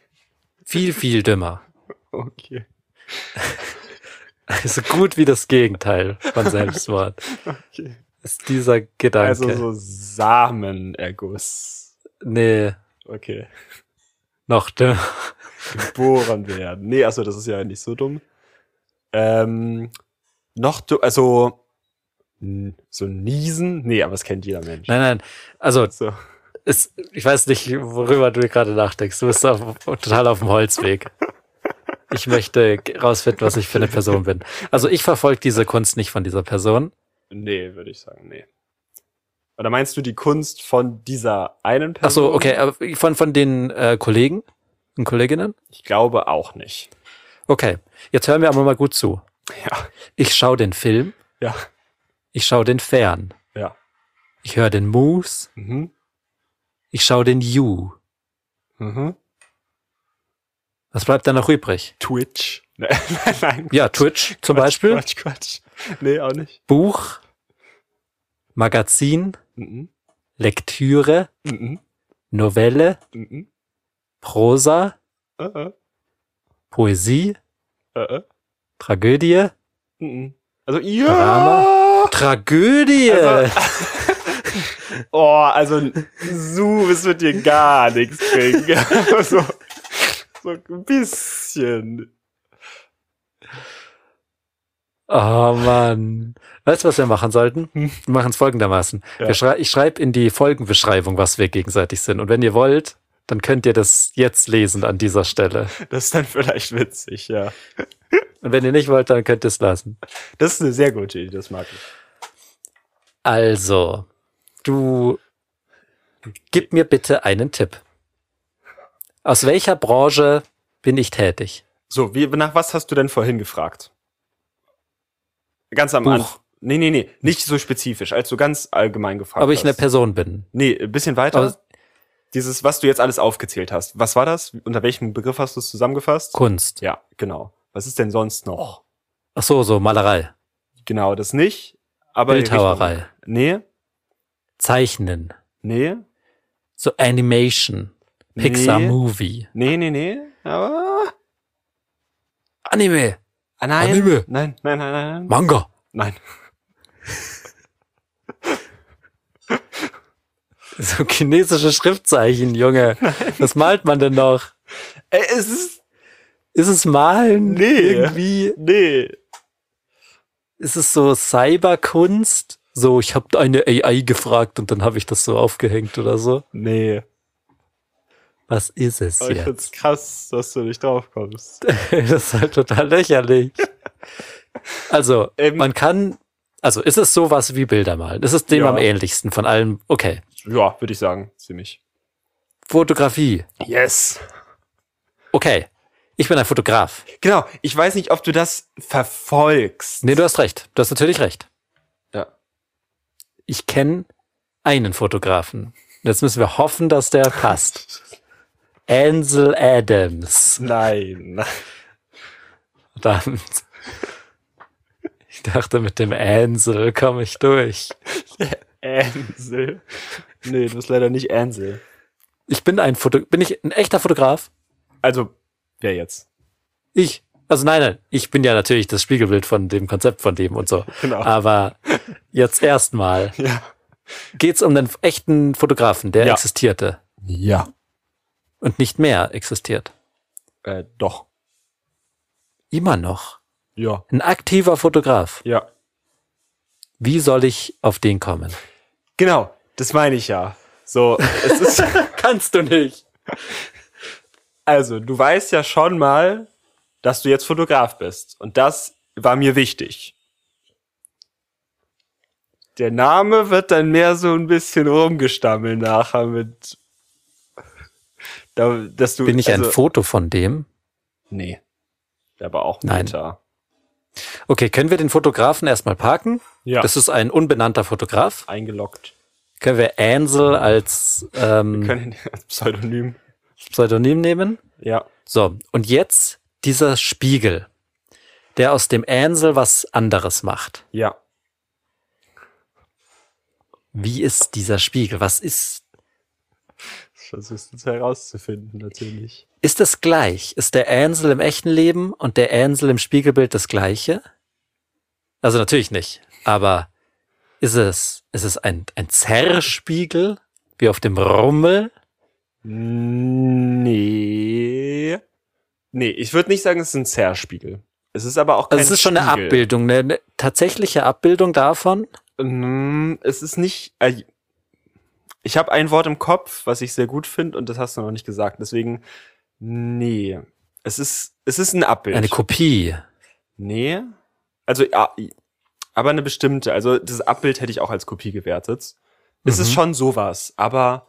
viel, viel dümmer. okay. *laughs* So gut wie das Gegenteil *laughs* von Selbstmord. okay. Ist dieser Gedanke. Also so Samenerguss. nee, Okay. noch ne? dümmer. Geboren werden. Nee, also das ist ja nicht so dumm. Ähm, noch du, also n- so niesen? Nee, aber das kennt jeder Mensch. Nein, nein. Also, So. es, ich weiß nicht, worüber du gerade nachdenkst. Du bist auf, total auf dem Holzweg. Ich möchte rausfinden, was ich für eine Person bin. Also, ich verfolge diese Kunst nicht von dieser Person. Nee, würde ich sagen, nee. Oder meinst du die Kunst von dieser einen Person? Ach so, okay, aber von, von den äh, Kollegen und Kolleginnen? Ich glaube auch nicht. Okay, jetzt hören wir aber mal gut zu. Ja. Ich schaue den Film, Ja. ich schaue den Fern, Ja. ich höre den Moose, Mhm. ich schaue den You. Mhm. Was bleibt da noch übrig? Twitch. *laughs* Nee, nein, nein. Ja, Twitch zum Quatsch, Beispiel, Quatsch, Quatsch. Nee, auch nicht. Buch, Magazin, Mhm. Lektüre, Mhm. Novelle, Mhm. Prosa, Äh, äh, Poesie, äh, äh. Tragödie. Mhm. Also, ja. Drama? Tragödie! Also, Äh. *laughs* oh, also, Su, es wird dir gar nichts bringen. *laughs* so, so ein bisschen. *laughs* oh Mann. Weißt du, was wir machen sollten? Hm. Wir machen es folgendermaßen. Ja. Wir schrei ich schreibe in die Folgenbeschreibung, was wir gegenseitig sind. Und wenn ihr wollt, dann könnt ihr das jetzt lesen an dieser Stelle. Das ist dann vielleicht witzig, ja. Und wenn ihr nicht wollt, dann könnt ihr es lassen. Das ist eine sehr gute Idee, das mag ich. Also, du gib mir bitte einen Tipp. Aus welcher Branche bin ich tätig? So, wie, nach was hast du denn vorhin gefragt? Ganz am Buch. Anfang. Nee, nee, nee, nicht so spezifisch, als du ganz allgemein gefragt Ob ich eine hast. Person bin? Nee, ein bisschen weiter. Aber- Dieses, was du jetzt alles aufgezählt hast. Was war das? Unter welchem Begriff hast du es zusammengefasst? Kunst. Oh. Ja, genau. Was ist denn sonst noch? Ach so, so Malerei, Genau, das nicht. Aber die Bildhauerei, Richtung- Nee, Zeichnen, nee, so Animation, Nee. Pixar Movie, nee, nee, nee. Aber. Anime, Ah, nein. Anime. Nein, nein, nein, nein. Nein. Manga. nein. So chinesische Schriftzeichen, Junge. Was malt man denn noch? Äh, es ist. Ist es Malen? Nee. Irgendwie? Nee. Ist es so Cyberkunst? So, ich habe eine AI gefragt und dann habe ich das so aufgehängt oder so. Nee. Was ist es Aber ich find's jetzt? krass, dass du nicht drauf kommst. *laughs* das ist halt total lächerlich. Also, *laughs* Ähm. man kann, also ist es sowas wie Bilder malen? Ist es dem Ja. am ähnlichsten von allem? Okay. *laughs* ja, würde ich sagen. Ziemlich. Fotografie. Yes. Okay. Ich bin ein Fotograf. Genau. Ich weiß nicht, ob du das verfolgst. Nee, du hast recht. Du hast natürlich recht. Ja. Ich kenne einen Fotografen. Und Jetzt müssen wir hoffen, dass der *laughs* passt. Ansel *laughs* Adams. Nein. Verdammt. *laughs* Ich dachte, mit dem Ansel komme ich durch. Ansel. Nee, du bist leider nicht Ansel. Ich bin ein Foto bin ich ein echter Fotograf? Also, wer jetzt? Ich. Also nein, nein, ich bin ja natürlich das Spiegelbild von dem Konzept von dem und so. Genau. Aber jetzt erstmal *laughs* Ja. geht's um einen echten Fotografen, der Ja. existierte Ja. und nicht mehr existiert. Äh, doch. Immer noch. Ja. Ein aktiver Fotograf. Ja. Wie soll ich auf den kommen? Genau, das meine ich ja. So, es ist, *laughs* Kannst du nicht. also, du weißt ja schon mal, dass du jetzt Fotograf bist. Und das war mir wichtig. Der Name wird dann mehr so ein bisschen rumgestammelt nachher mit, da, dass du, Bin ich ein also- Foto von dem? Nee. Der war auch Nein. Meta. Okay, können wir den Fotografen erstmal parken? Ja. Das ist ein unbenannter Fotograf. Eingeloggt. Können wir Ansel als ähm, Wir können ihn als Pseudonym. Pseudonym nehmen? Ja. So, und jetzt dieser Spiegel, der aus dem Ansel was anderes macht. Ja. Wie ist dieser Spiegel? Was ist? Das versuchst du jetzt herauszufinden, natürlich. Ist das gleich? Ist der Ansel im echten Leben und der Ansel im Spiegelbild das gleiche? Also natürlich nicht, aber ist es, ist es ein, ein Zerrspiegel, wie auf dem Rummel? Nee. Nee, ich würde nicht sagen, es ist ein Zerspiegel. Es ist aber auch kein Also es ist schon eine Spiegel. Abbildung, eine, eine tatsächliche Abbildung davon. Mm, Es ist nicht. Äh, ich habe ein Wort im Kopf, was ich sehr gut finde, und das hast du noch nicht gesagt. Deswegen, nee. Es ist, es ist ein Abbild. Eine Kopie. Nee. Also, ja, aber eine bestimmte. Also, das Abbild hätte ich auch als Kopie gewertet. Es Mhm. ist schon sowas, aber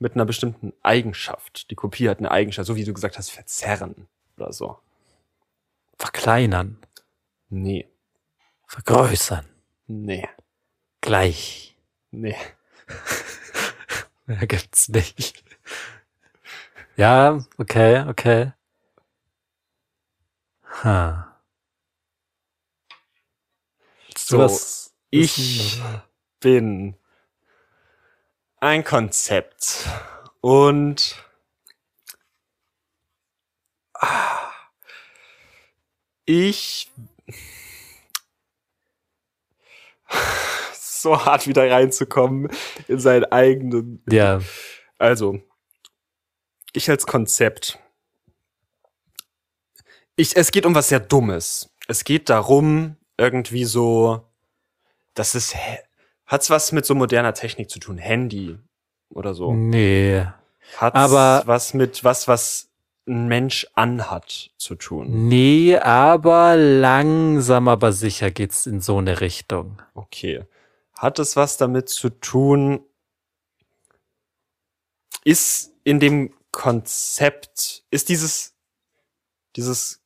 mit einer bestimmten Eigenschaft. Die Kopie hat eine Eigenschaft, so wie du gesagt hast, verzerren oder so. Verkleinern, Nee. vergrößern, Nee. gleich. Nee. Ja, gibt's nicht. Ja, okay, okay. Ha. So, Was- ich bin ein Konzept und Ah. ich *laughs* so hart wieder reinzukommen in seinen eigenen. Ja, Also, ich als Konzept. Ich, es geht um was sehr Dummes. Es geht darum, irgendwie so, das ist, hat's was mit so moderner Technik zu tun? Handy oder so. nee, Hat's Mhm. aber- was mit was, was ein Mensch anhat zu tun? nee, aber langsam, aber sicher geht's in so eine Richtung. Okay. Hat es was damit zu tun? Ist in dem Konzept, ist dieses, dieses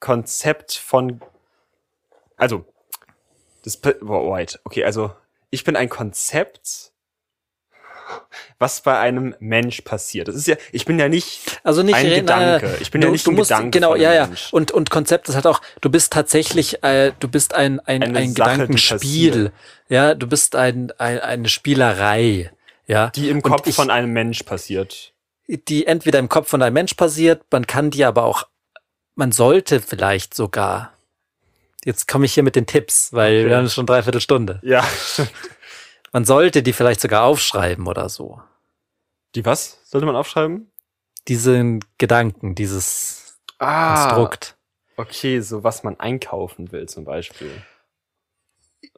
Konzept von, also, das, Pe- wow, wait, okay, also, ich bin ein Konzept, was bei einem Mensch passiert. Das ist ja, ich bin ja nicht, Also nicht Ein re- Gedanke. nein, nein. Ich bin ja nicht ein Gedanke Genau, von einem ja, ja. Mensch. Und und Konzept ist halt auch. Du bist tatsächlich, äh, du bist ein ein, Eine ein Sache, die Gedankenspiel. passiert. Ja, du bist ein, ein eine Spielerei. Ja, die im Und Kopf ich- von einem Mensch passiert. die entweder im Kopf von einem Mensch passiert, man kann die aber auch, man sollte vielleicht sogar. Jetzt komme ich hier mit den Tipps, weil Okay. wir haben schon dreiviertel Stunde. Ja. *laughs* Man sollte die vielleicht sogar aufschreiben oder so. Die was? Sollte man aufschreiben? Diesen Gedanken, dieses Ah. Konstrukt. Okay, so was man einkaufen will zum Beispiel.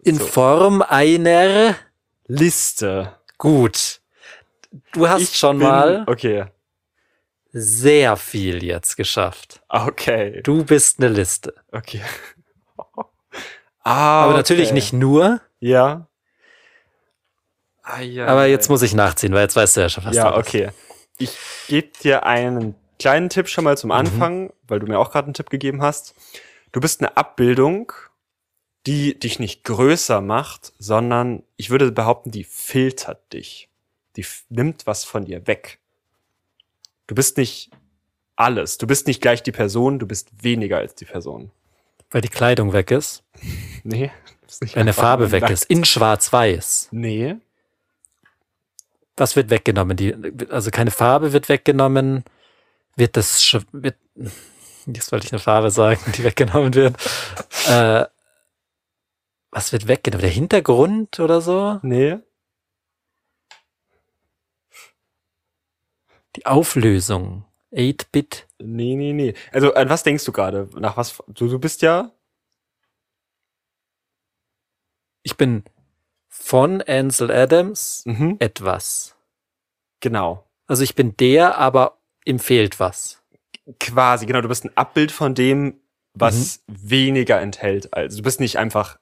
In so. Form einer, Liste. gut. Du hast schon bin- mal Okay, sehr viel jetzt geschafft. ah, okay, Du bist eine Liste. okay. *laughs* ah, Aber natürlich okay. nicht nur. Ja. Ah, ja Aber jetzt muss ich nachziehen, weil jetzt weißt du ja schon fast Ja, alles. okay. Ich gebe dir einen kleinen Tipp schon mal zum Mhm. Anfang, weil du mir auch gerade einen Tipp gegeben hast. Du bist eine Abbildung, die dich nicht größer macht, sondern ich würde behaupten, die filtert dich. Die f- nimmt was von dir weg. Du bist nicht alles. Du bist nicht gleich die Person, du bist weniger als die Person. Weil die Kleidung weg ist. Nee. ist nicht Wenn eine einfach *laughs* Farbe nur weg nackt. ist. In schwarz-weiß. Nee. Was wird weggenommen? Die, also keine Farbe wird weggenommen. Wird das, sch- wird, jetzt wollte ich eine Farbe sagen, die *laughs* weggenommen wird. Äh, was wird weggenommen? Der Hintergrund oder so? Nee. Die Auflösung. 8-Bit. Nee, nee, nee. Also an was denkst du gerade? Nach was? Du, du bist ja. Ich bin von Ansel Adams Mhm. etwas. Genau. Also ich bin der, aber ihm fehlt was. Quasi, genau. Du bist ein Abbild von dem, was Mhm. weniger enthält. Also du bist nicht einfach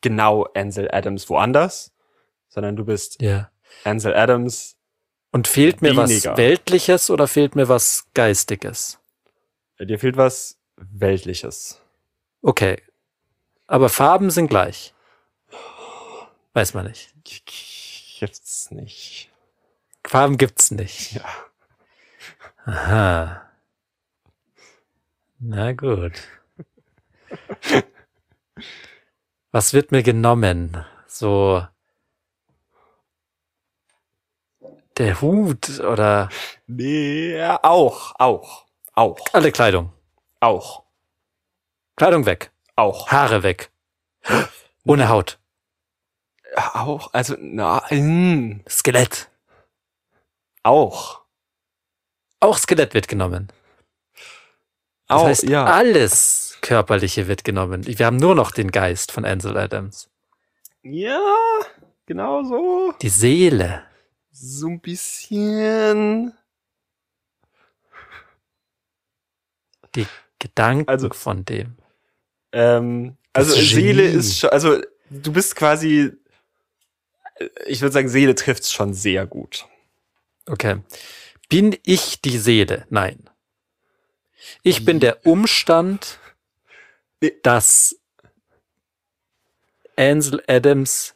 genau Ansel Adams woanders, sondern du bist Ja. Ansel Adams. Und fehlt mir Weniger. was Weltliches oder fehlt mir was Geistiges? Dir fehlt was Weltliches. Okay. Aber Farben sind gleich. Weiß man nicht. Jetzt nicht. Farben gibt's nicht. Ja. Aha. Na gut. Was wird mir genommen? So. Der Hut oder Nee, ja, auch, auch, auch, alle Kleidung. auch, Kleidung weg. auch, Haare weg. Ohne Haut. auch, also, na, mm, Skelett. auch, Auch Skelett wird genommen. Das auch, heißt, ah. ja. alles Körperliche wird genommen. Wir haben nur noch den Geist von Ansel Adams. Ja, genau so. Die Seele. So ein bisschen. Gedanken Also- von dem. Ähm, Das also Genie. Seele ist schon, also du bist quasi, ich würde sagen, Seele trifft's schon sehr gut. Okay. Bin ich die Seele? Nein. Ich bin der Umstand, Nee. dass Ansel Adams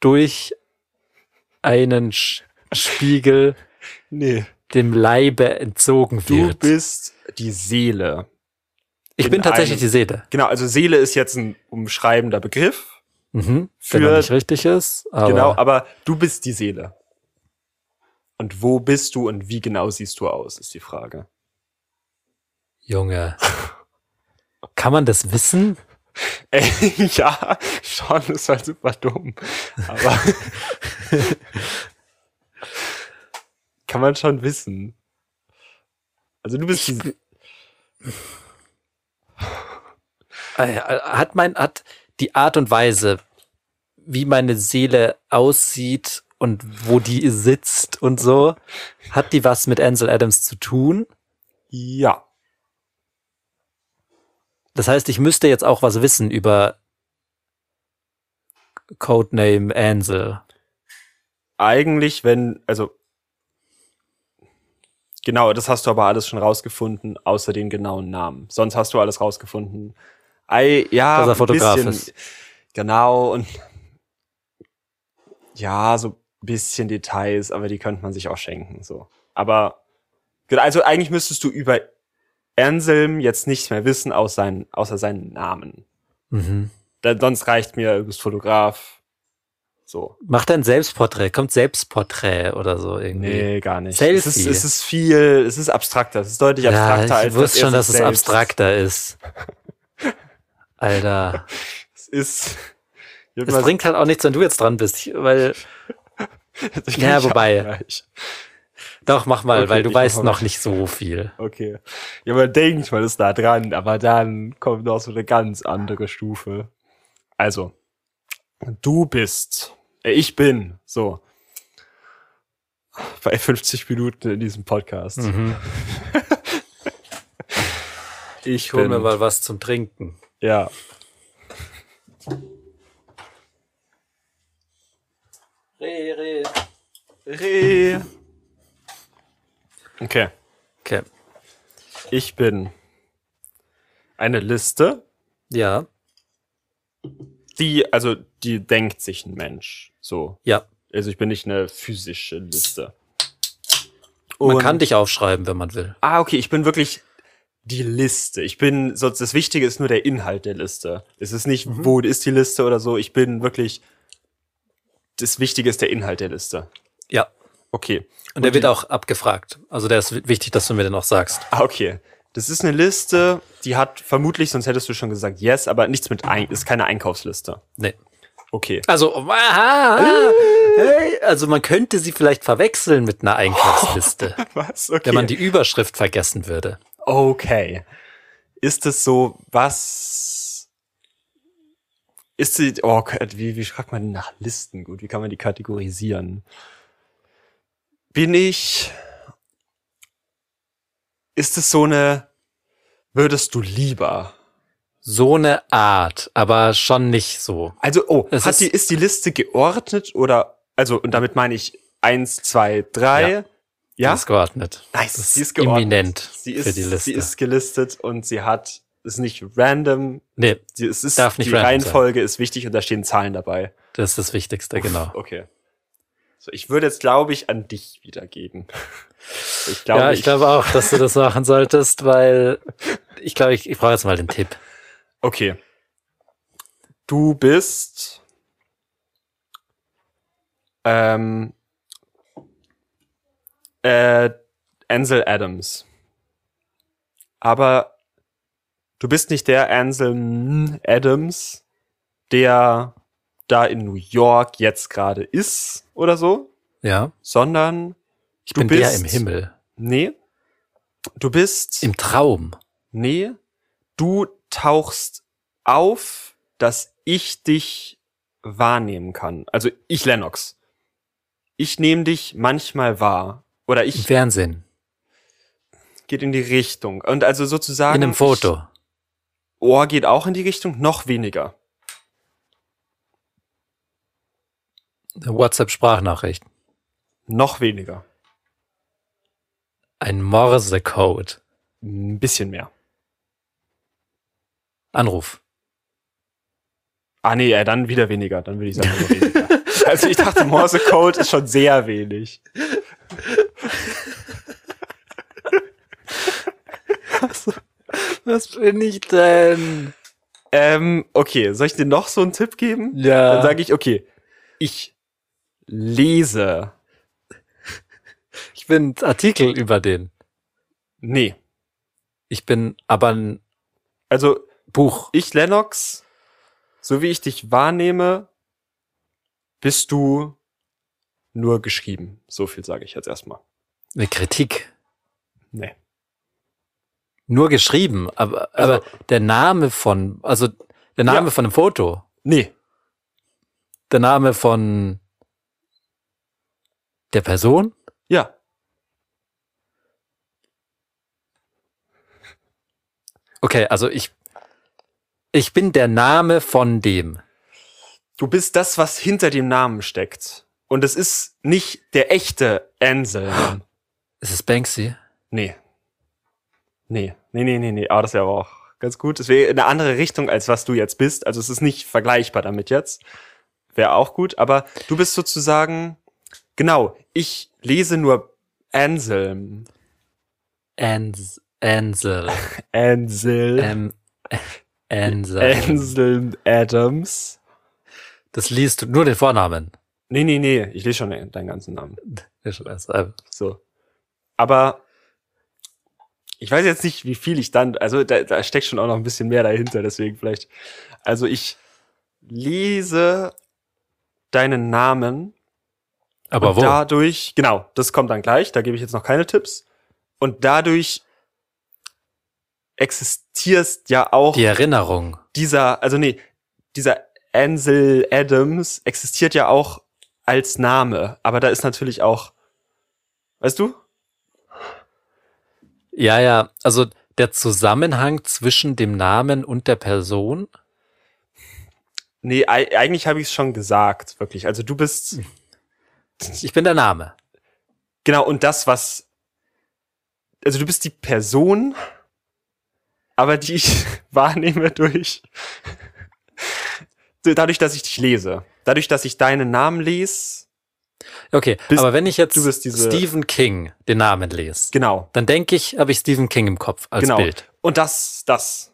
durch einen Sch Spiegel Nee. dem Leibe entzogen Du wird. bist die Seele. ich in bin tatsächlich einem- die Seele. Genau, also Seele ist jetzt ein umschreibender Begriff. Mhm. Für- Wenn er nicht richtig ist. Aber genau, aber du bist die Seele. Und wo bist du und wie genau siehst du aus, ist die Frage. Junge. Kann man das wissen? Ey, *laughs* ja, schon ist halt super dumm. Aber kann man schon wissen. Also du bist. die- Äh, Hat mein, hat die Art und Weise, wie meine Seele aussieht und wo die sitzt und so, hat die was mit Ansel Adams zu tun? ja, Das heißt, ich müsste jetzt auch was wissen über Codename Ansel. eigentlich, wenn, also. Genau, das hast du aber alles schon rausgefunden, außer den genauen Namen. Sonst hast du alles rausgefunden. Ei, ja, Dass er Fotograf ist. Genau, und ja, so ein bisschen Details, aber die könnte man sich auch schenken. So. Aber genau, also eigentlich müsstest du über Anselm jetzt nichts mehr wissen, aus seinen, außer seinen Namen. Mhm. Da, sonst reicht mir, du bist Fotograf. So. Macht er ein Selbstporträt? Kommt Selbstporträt oder so irgendwie? Nee, gar nicht. Selfie. Es ist, es ist viel, es ist abstrakter, es ist deutlich abstrakter ja, ich als wusste er schon, sich dass es selbst- *laughs* abstrakter ist. Alter. Es ist. Ich Es bringt halt auch nichts, wenn du jetzt dran bist, ich- weil *laughs* ich ja, auch wobei. gleich. doch mach mal, Okay, weil du ich weißt mach mal. noch nicht so viel. Okay. Ja, man denkt, man ist da dran, aber dann kommt noch so eine ganz andere Stufe. Also, du bist, äh, ich bin, so, bei 50 Minuten in diesem Podcast. Mhm. *laughs* Ich hole mir bin- mal was zum Trinken. Ja. Re. Okay, Okay. ich bin eine Liste, Ja, die, also, die denkt sich ein Mensch, so. ja. Also ich bin nicht eine physische Liste. Man Und- kann dich aufschreiben, wenn man will. Ah, okay, ich bin wirklich die Liste. Ich bin, sonst das Wichtige ist nur der Inhalt der Liste. Es ist nicht, wo ist die Liste oder so. Ich bin wirklich, das Wichtige ist der Inhalt der Liste. Ja. Okay. Und der wird auch abgefragt. Also der ist wi- wichtig, dass du mir den auch sagst. Ah, okay. Das ist eine Liste, die hat vermutlich, sonst hättest du schon gesagt, yes, aber nichts mit ein, ist keine Einkaufsliste. Nee. Okay. Also, aha, aha. Hey, also man könnte sie vielleicht verwechseln mit einer *laughs* Einkaufsliste, *laughs* Was? Okay. wenn man die Überschrift vergessen würde. okay. Ist es so, was ist die, oh Gott, wie, wie schreibt man nach Listen gut? Wie kann man die kategorisieren? Bin ich, ist es so eine, würdest du lieber? So eine Art, aber schon nicht so. Also, oh, Es hat ist- die, ist die Liste geordnet oder, also, und damit meine ich eins, zwei, drei. Ja? Die ist geordnet. Nice, Das sie ist geordnet. imminent Sie ist, für die Liste. sie ist gelistet und sie hat, ist nicht random. nee, Sie, es ist, Darf nicht die random sein. Reihenfolge ist wichtig und da stehen Zahlen dabei. das ist das Wichtigste, genau. *laughs* Okay. So, ich würde jetzt, glaube ich, an dich wiedergeben. *laughs* Ich glaube, ja, ich glaube auch, dass du das machen solltest, weil ich glaube, ich, ich brauche jetzt mal den Tipp. Okay. Du bist ähm, äh, Ansel Adams. Aber du bist nicht der Ansel Adams, der da in New York jetzt gerade ist oder so, Ja, sondern ich Du bin der bist- im Himmel, nee, du bist im Traum. Nee, du tauchst auf, dass ich dich wahrnehmen kann. Also ich, Lennox. Ich nehme dich manchmal wahr. Oder Im ich Fernsehen, geht in die Richtung. Und also sozusagen. in einem Foto. Ich, Ohr geht auch in die Richtung, noch weniger. Eine WhatsApp-Sprachnachricht. Noch weniger. Ein Morse-Code. Ein bisschen mehr. Anruf. Ah nee, ja, dann wieder weniger. Dann würde ich sagen, nur weniger. *laughs* Also ich dachte, Morse Code ist schon sehr wenig. Was bin ich denn? Ähm, okay, soll ich dir noch so einen Tipp geben? Ja. Dann sage ich, okay, ich lese. Ich bin Artikel über den. Nee. Ich bin aber ein Also Buch. ich, Lennox, so wie ich dich wahrnehme, bist du nur geschrieben. So viel sage ich jetzt erstmal. Eine Kritik. Nee. Nur geschrieben. Aber, Also- aber der Name von, also der Name Ja. von einem Foto. Nee. Der Name von der Person. Ja. Okay, also ich, ich bin der Name von dem. Du bist das, was hinter dem Namen steckt. Und es ist nicht der echte Ansel. Ist es Banksy? Nee. Nee, nee, nee, nee, nee. Aber das wäre aber auch ganz gut. Es wäre eine andere Richtung, als was du jetzt bist. Also es ist nicht vergleichbar damit jetzt. Wäre auch gut. Aber du bist sozusagen, genau, ich lese nur Anselm. Ans, *laughs* Ansel. Ansel. Ähm, Ansel. Anselm Adams. Das liest du nur den Vornamen. Nee, nee, nee. Ich lese schon deinen deinen ganzen Namen. Ich weiß, äh, So. Aber ich weiß jetzt nicht, wie viel ich dann, also da, da steckt schon auch noch ein bisschen mehr dahinter, deswegen vielleicht. Also ich lese deinen Namen Aber und wo? dadurch, genau, das kommt dann gleich, da gebe ich jetzt noch keine Tipps. Und dadurch existierst ja auch Die Erinnerung. dieser, also nee, dieser Ansel Adams existiert ja auch als Name, aber da ist natürlich auch, weißt du? Ja, ja. Also der Zusammenhang zwischen dem Namen und der Person. Nee, ei- eigentlich habe ich es schon gesagt, wirklich. Also du bist Hm. Ich bin der Name. genau und das was also du bist die Person, aber die ich *laughs* wahrnehme durch *laughs* dadurch, dass ich dich lese, dadurch, dass ich deinen Namen lese. Okay, Bist- aber wenn ich jetzt du bist diese- Stephen King den Namen lese, Genau. dann denke ich, habe ich Stephen King im Kopf als Genau. Bild. Und das, das.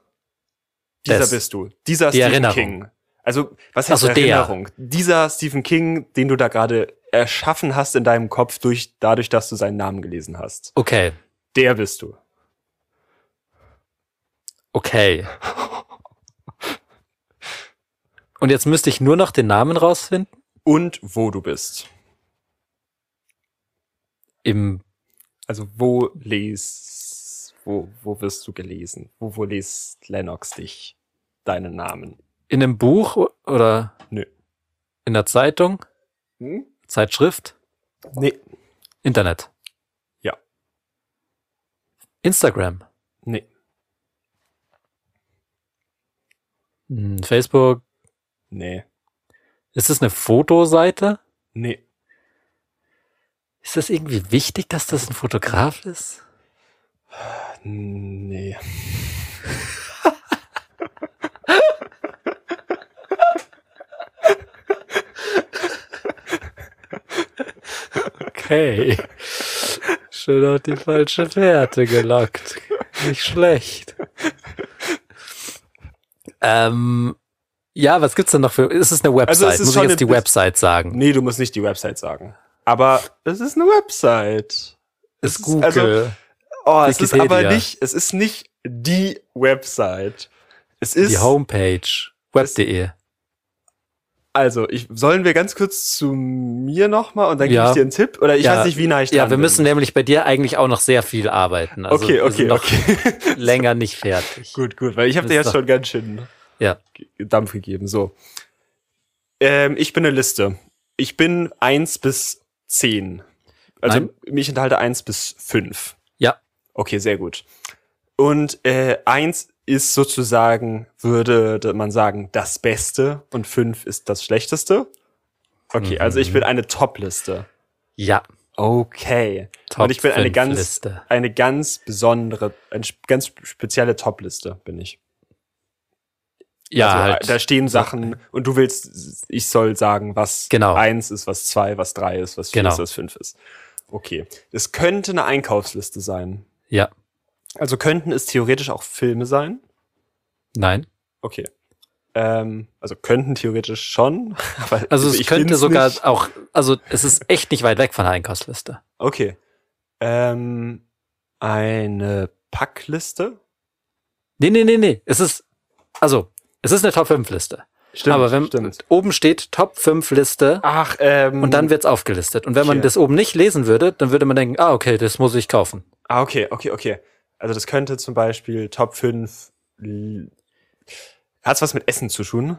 Dieser Das. bist du. Dieser Die Stephen Erinnerung. King. Also, was heißt so, der. Erinnerung? Dieser Stephen King, den du da gerade erschaffen hast in deinem Kopf durch, dadurch, dass du seinen Namen gelesen hast. Okay, Der bist du. okay. Und jetzt müsste ich nur noch den Namen rausfinden? Und wo du bist. Im, Also, wo les, wo, wo wirst du gelesen? Wo, wo liest Lennox dich? Deinen Namen? in einem Buch o- oder Nö. in der Zeitung, Hm? Zeitschrift, Nee. Internet? Ja. Instagram, Nee. hm, Facebook. Nee. Ist das eine Fotoseite? Nee. Ist das irgendwie wichtig, dass das ein Fotograf ist? Nee. Okay. Schön auf die falsche Fährte gelockt. Nicht schlecht. Ähm, ja, was gibt's denn noch für. Ist es eine Website? Also es ist Muss ich schon jetzt die eine- Website sagen? Nee, du musst nicht die Website sagen. Aber es ist eine Website. Ist ist- Google. also- Oh, es ist Wikipedia. aber nicht, es ist nicht die Website. Es die ist, Homepage. Web.de. also, ich, sollen wir ganz kurz zu mir nochmal und dann Ja. gebe ich dir einen Tipp? Oder ich Ja. weiß nicht, wie nah ich Ja, dran wir bin. müssen nämlich bei dir eigentlich auch noch sehr viel arbeiten. Also okay, wir sind okay, noch okay. *laughs* länger nicht fertig. gut, gut, weil ich habe dir Ist jetzt doch- schon ganz schön Ja. Dampf gegeben. So. Ähm, ich bin eine Liste. Ich bin eins bis zehn. Also Nein. mich enthalte eins bis fünf. Ja. Okay, sehr gut. Und äh, eins ist sozusagen, würde man sagen, das Beste und fünf ist das Schlechteste. Okay, also Mhm. ich bin eine Top-Liste. Ja. Okay. Top und ich bin eine 5 ganz, Liste. eine ganz besondere, eine sp- ganz spezielle Top-Liste bin ich. Ja, also, halt. da stehen Sachen und du willst, ich soll sagen, was Genau. eins ist, was zwei, was drei ist, was vier Genau. ist, was fünf ist. Okay. Es könnte eine Einkaufsliste sein. ja. Also könnten es theoretisch auch Filme sein. Nein. Okay. Ähm, also könnten theoretisch schon. *laughs* Aber Also es ich könnte bin's sogar Nicht. auch, also es ist echt nicht weit weg von der Einkaufsliste. Okay. Ähm, eine Packliste. Nee, nee, nee, nee. Es ist, also, es ist eine Top 5 Liste. Stimmt. Aber wenn stimmt. oben steht Top 5 Liste Ach, ähm, und dann wird's aufgelistet. Und wenn man Okay. das oben nicht lesen würde, dann würde man denken, ah, okay, das muss ich kaufen. Ah, okay, okay, okay. Also das könnte zum Beispiel Top 5. Hat's was mit Essen zu tun?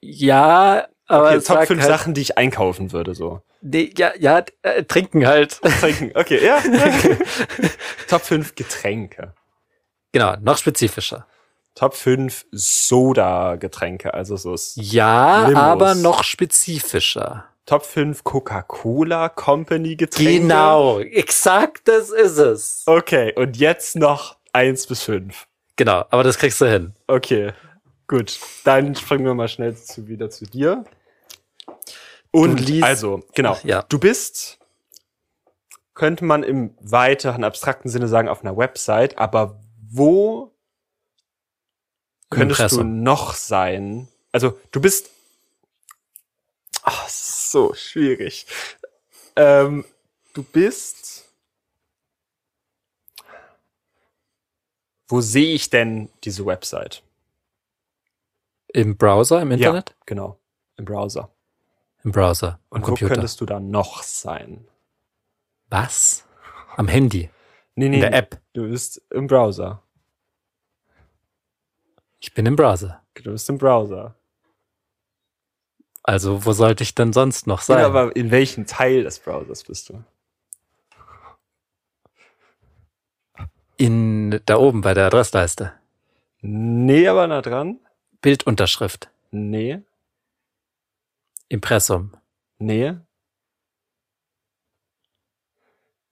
Ja, aber Okay, es Top sagt 5 halt, Sachen, die ich einkaufen würde, *laughs* so. Nee, ja, ja, äh, trinken halt. Trinken, okay, ja. okay. *laughs* Top 5 Getränke. *laughs* genau, noch spezifischer. Top 5 Soda-Getränke, also so ist Ja, Limos. aber noch spezifischer. Top 5 Coca-Cola Company Getränke. Genau, exakt das ist es. Okay, und jetzt noch 1 bis 5. Genau, aber das kriegst du hin. Okay, gut. Dann springen wir mal schnell zu, wieder zu dir. Und liest- also, genau. Ja. Du bist, könnte man im weiteren abstrakten Sinne sagen, auf einer Website, aber wo könntest du Impressum. noch sein? Also, du bist. Ach, so schwierig. Ähm, du bist. Wo sehe ich denn diese Website? Im Browser, im Internet? Ja, genau. Im Browser. Im Browser, am Und wo Computer. könntest du da noch sein? Was? Am Handy, Nee, in der App. Du bist im Browser. Ich bin im Browser. Du bist im Browser. Also, wo sollte ich denn sonst noch sein? Ja, aber in welchem Teil des Browsers bist du? in, da oben bei der Adressleiste. Nee, aber nah dran. Bildunterschrift. Nee, Impressum. nee.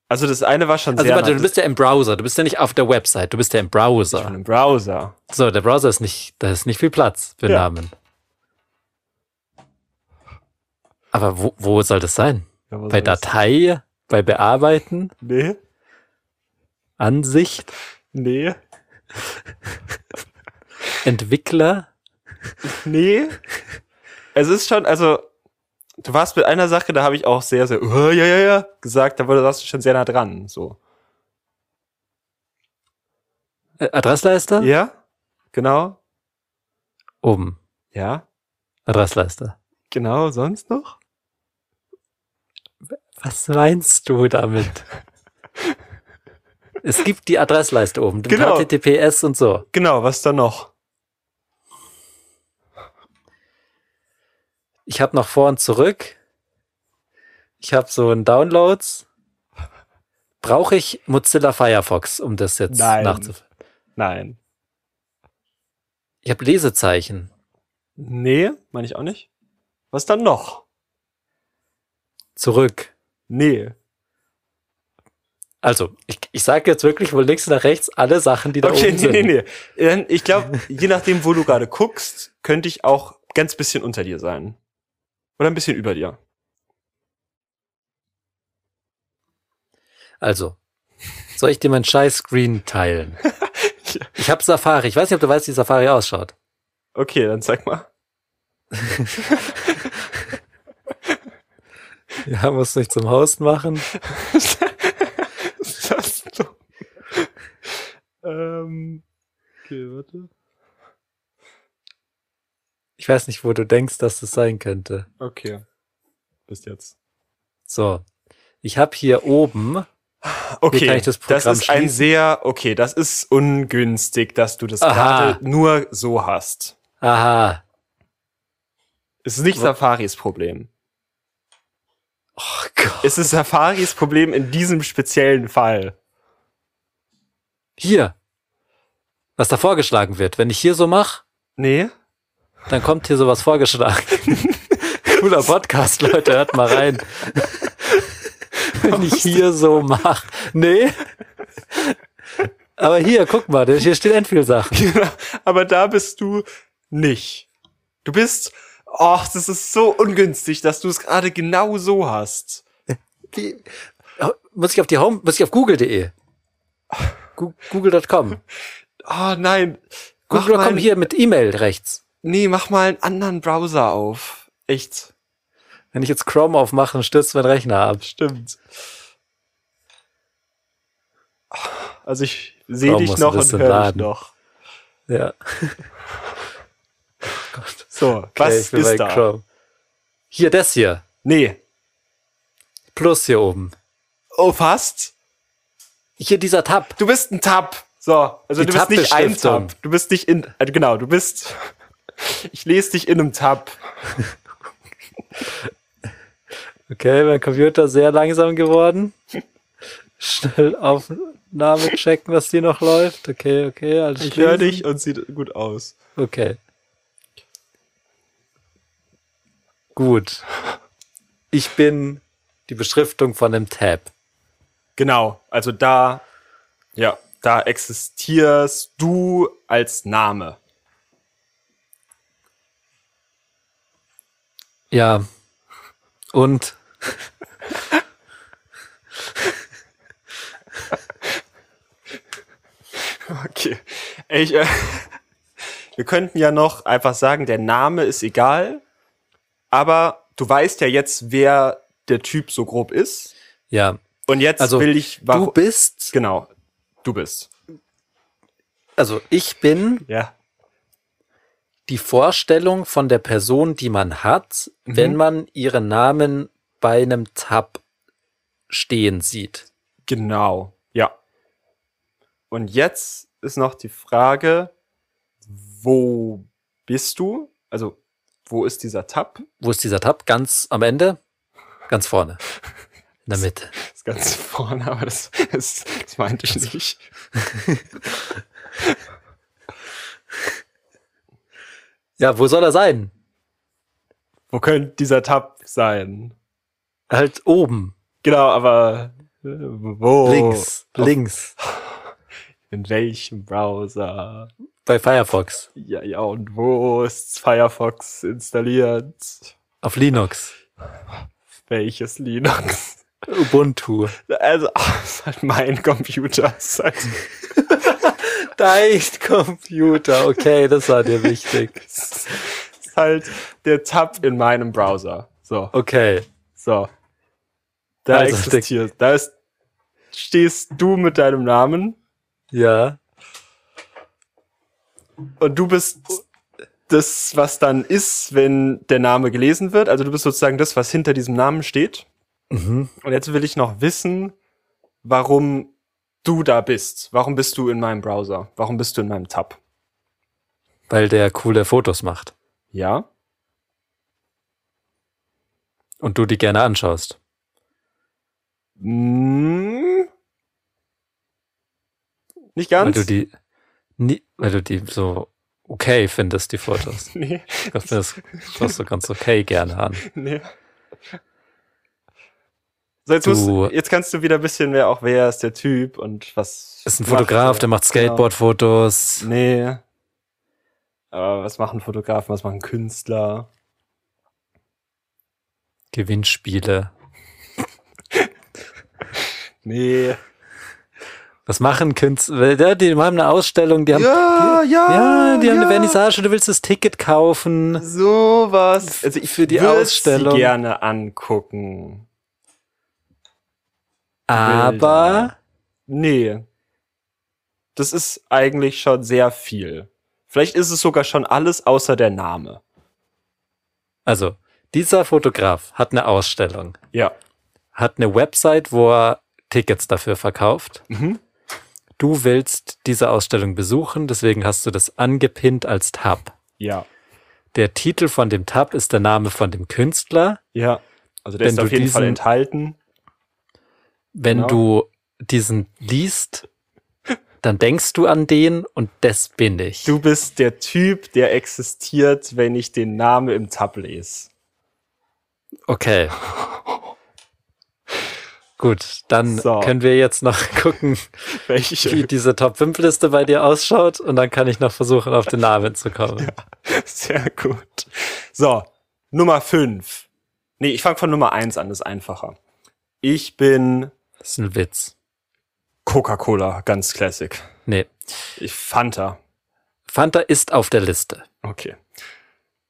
Also das eine war schon Also, sehr warte, nah- du bist ja im Browser. Du bist ja nicht auf der Website. Du bist ja im ich bin Browser. im Browser. So, der Browser ist nicht, da ist nicht viel Platz für Ja. Namen. Aber wo, wo soll das sein? Ja, wo Bei soll Also das- Datei? Bei Bearbeiten? Nee, Ansicht? nee. Entwickler? *laughs* Nee. Es ist schon, also, du warst mit einer Sache, da habe ich auch sehr, sehr, "Oh, ja, ja, ja, gesagt, da warst du schon sehr nah dran, so. Äh, Adressleister? Ja? Genau? Oben. Ja? Adressleister. Genau, sonst noch? Was meinst du damit? es gibt die Adressleiste oben, den Genau. HTTPS und so. Genau, was da noch? Ich habe noch vor und zurück. Ich habe so ein Downloads. Brauche ich Mozilla Firefox, um das jetzt Nein. nachzuführen? Nein. Ich habe Lesezeichen. Nee, meine ich auch nicht. Was dann noch? Zurück. Nee. Also, ich, ich sage jetzt wirklich von links nach rechts alle Sachen, die da Okay, oben nee, sind. nee, nee. Ähm, Ich glaube, je nachdem, wo du gerade guckst, könnte ich auch ganz bisschen unter dir sein. Oder ein bisschen über dir. Also, soll ich dir meinen scheiß Screen teilen? Ich habe Safari. Ich weiß nicht, ob du weißt, wie Safari ausschaut. Okay, dann zeig *laughs* mal. Ja, musst nicht zum Host machen. Ist das so? ähm, okay, warte. Ich weiß nicht, wo du denkst, dass das sein könnte. Okay. Bis jetzt. So, ich habe hier oben Okay, kann ich das das Programm ist ein schließen? sehr, okay, das ist ungünstig, dass du das Aha. gerade nur so hast. Aha. Es ist nicht Wo- Safaris Problem. Oh Gott. Es ist Safaris Problem in diesem speziellen Fall. Hier. Was da vorgeschlagen wird. Wenn ich hier so mache, Nee? dann kommt hier sowas vorgeschlagen. Cooler Podcast, Leute, hört mal rein. Wenn ich hier so mache. Nee. Aber hier, guck mal, hier stehen endviel Sachen. Genau, aber da bist du nicht. Du bist, ach, das ist so ungünstig, dass du es gerade genau so hast. Wie- Oh, Muss ich auf die Home, muss ich auf google.de? Gu- Google.com. Ah, nein. Mach mal, Google.com hier mit E-Mail rechts. Nee, mach mal einen anderen Browser auf. Echt. Wenn ich jetzt Chrome aufmache, dann stürzt mein Rechner ab. Stimmt. Also ich sehe Warum dich musst noch du das und denn höre dich laden? noch. Ja. Oh Gott. So, Okay, was ich bin bei ist da? Chrome. Hier, das hier. Nee. Plus hier oben. Oh, fast. Hier dieser Tab. Du bist ein Tab. So, also Die du bist nicht ein Tab-Beschriftung. Tab. Du bist nicht in, äh, genau, du bist, ich lese dich in einem Tab. Okay, mein Computer sehr *laughs* langsam geworden. Schnell Aufnahme checken, was hier noch läuft. Okay, okay, alles Ich höre schließen. dich und sieht gut aus. Okay. Gut. Ich bin die Beschriftung von einem Tab. Genau, also da, ja, da existierst du als Name. Ja. Und Okay. Ich, äh, wir könnten ja noch einfach sagen, der Name ist egal, aber du weißt ja jetzt, wer der Typ so grob ist. ja, Und jetzt Also, will ich, du warum, bist, genau, du bist. also ich bin Ja. die Vorstellung von der Person, die man hat, wenn man ihren Namen bei einem Tab stehen sieht. Genau. Ja. Und jetzt ist noch die Frage, wo bist du? Also, wo ist dieser Tab? Wo ist dieser Tab? Ganz am Ende? Ganz vorne. In der Mitte. ist ganz *laughs* vorne, aber das, das, das meinte ich nicht. Ja, wo soll er sein? Wo könnte dieser Tab sein? Halt oben, Genau, aber äh, Oh. wo? links, Auf- links, In welchem Browser? bei Firefox, Ja, ja, und wo ist Firefox installiert? auf Linux, Welches Linux? Ubuntu. *laughs* Also, ah, ist halt mein Computer. Ist halt Deichtcomputer. Okay, das war dir wichtig. Ist halt der Tab in meinem Browser. So, Okay. so. Da Also, der- existiert. Da ist, stehst du mit deinem Namen Ja. und du bist das, was dann ist, wenn der Name gelesen wird. Also du bist sozusagen das, was hinter diesem Namen steht. Mhm. Und jetzt will ich noch wissen, warum du da bist. Warum bist du in meinem Browser? Warum bist du in meinem Tab? Weil der coole Fotos macht Ja? und du die gerne anschaust. Hm? Nicht Weil ganz? du die, nie, weil du die so okay findest, die *laughs* Fotos. nee, *laughs* Ich glaub, das schaust du ganz okay gerne an. nee. So, jetzt, Du- musst, jetzt kannst du wieder ein bisschen mehr auch, wer ist der Typ und was. Ist ein macht Fotograf, er. der macht Skateboard-Fotos. Nee. Aber was machen Fotografen, was machen Künstler? Gewinnspiele. Nee. Was machen Künstler? Ja, die haben eine Ausstellung, die haben, ja, ja, die haben ja. eine Vernissage, du willst das Ticket kaufen. Sowas. Also ich Für die würd Ausstellung. Sie gerne angucken. Aber Nee. Das ist eigentlich schon sehr viel. Vielleicht ist es sogar schon alles außer der Name. Also, dieser Fotograf hat eine Ausstellung, Ja. hat eine Website, wo er Tickets dafür verkauft. Mhm. Du willst diese Ausstellung besuchen, deswegen hast du das angepinnt als Tab. Ja. Der Titel von dem Tab ist der Name von dem Künstler. Ja. Also der Wenn ist du auf jeden Fall diesen- enthalten. Wenn Genau. du diesen liest, dann denkst du an den und das bin ich. Du bist der Typ, der existiert, wenn ich den Namen im Tab lese. Okay. Gut, dann So. können wir jetzt noch *laughs* gucken, wie Welche? diese Top-5-Liste bei dir ausschaut und dann kann ich noch versuchen, auf den Namen zu kommen. Sehr gut. So, Nummer fünf. Nee, ich fange von Nummer eins an, das ist einfacher. Ich bin Das ist ein Witz. Coca-Cola, ganz classic. Nee. Ich Fanta. Fanta ist auf der Liste. Okay.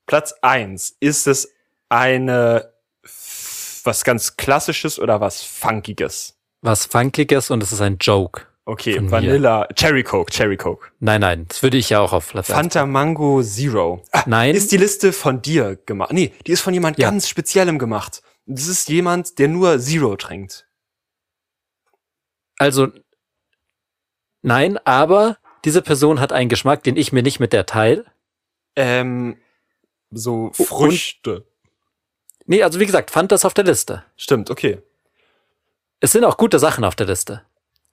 Platz eins Ist es eine f- was ganz Klassisches oder was Funkiges? Was Funkiges und es ist ein Joke. Okay, Von mir. Vanilla, Cherry Coke, Cherry Coke. Nein, nein, das würde ich ja auch auf Platz eins- Fanta Mango Zero. Ah, Nein. Ist die Liste von dir gemacht? Nee, die ist von jemand Ja. ganz Speziellem gemacht. Das ist jemand, der nur Zero trinkt. Also, nein, aber diese Person hat einen Geschmack, den ich mir nicht mit der teile. Ähm, Oh, so Früchte. Nee, also wie gesagt, Fanta ist auf der Liste. Stimmt, okay. Es sind auch gute Sachen auf der Liste.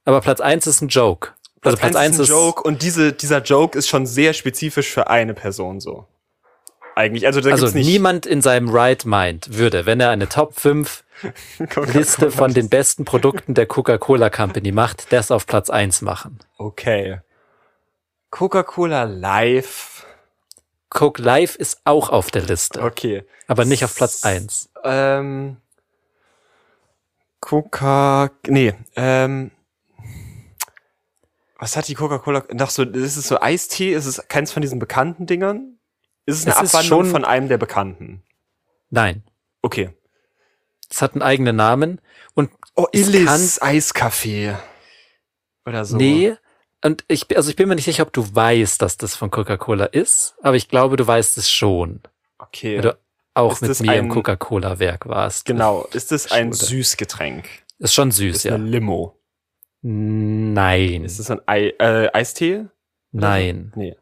Aber Platz eins ist ein Joke. Also eins Platz eins ist, ein Joke und diese, dieser Joke ist schon sehr spezifisch für eine Person so. Eigentlich, also da also gibt's nicht niemand in seinem Right Mind würde, wenn er eine Top 5 *laughs* Coca-Cola. Liste von den besten Produkten der Coca-Cola Company macht, das auf Platz eins machen. Okay. Coca-Cola Live. Coke Life ist auch auf der Liste, Okay. aber nicht auf Platz eins. Ähm. Coca. Nee, ähm. Was hat die Coca-Cola? Ach so, ist es so Eistee? Ist es keins von diesen bekannten Dingern? Ist es eine Es ist Abwandlung schon- von einem der bekannten? Nein, Okay. es hat einen eigenen Namen und Oh, Es Illis Eiskaffee. Oder so. nee, und ich bin- also ich bin mir nicht sicher, ob du weißt, dass das von Coca-Cola ist, aber ich glaube, du weißt es schon. Okay. Weil du auch Ist mit das mir im ein- Coca-Cola Werk warst. *laughs* Genau. Ist es ein Schade. Süßgetränk? Ist schon süß, Ist ja. Mhm. eine Limo. Nein. Ist es ein Ei, äh, Eistee? Nein. Nee.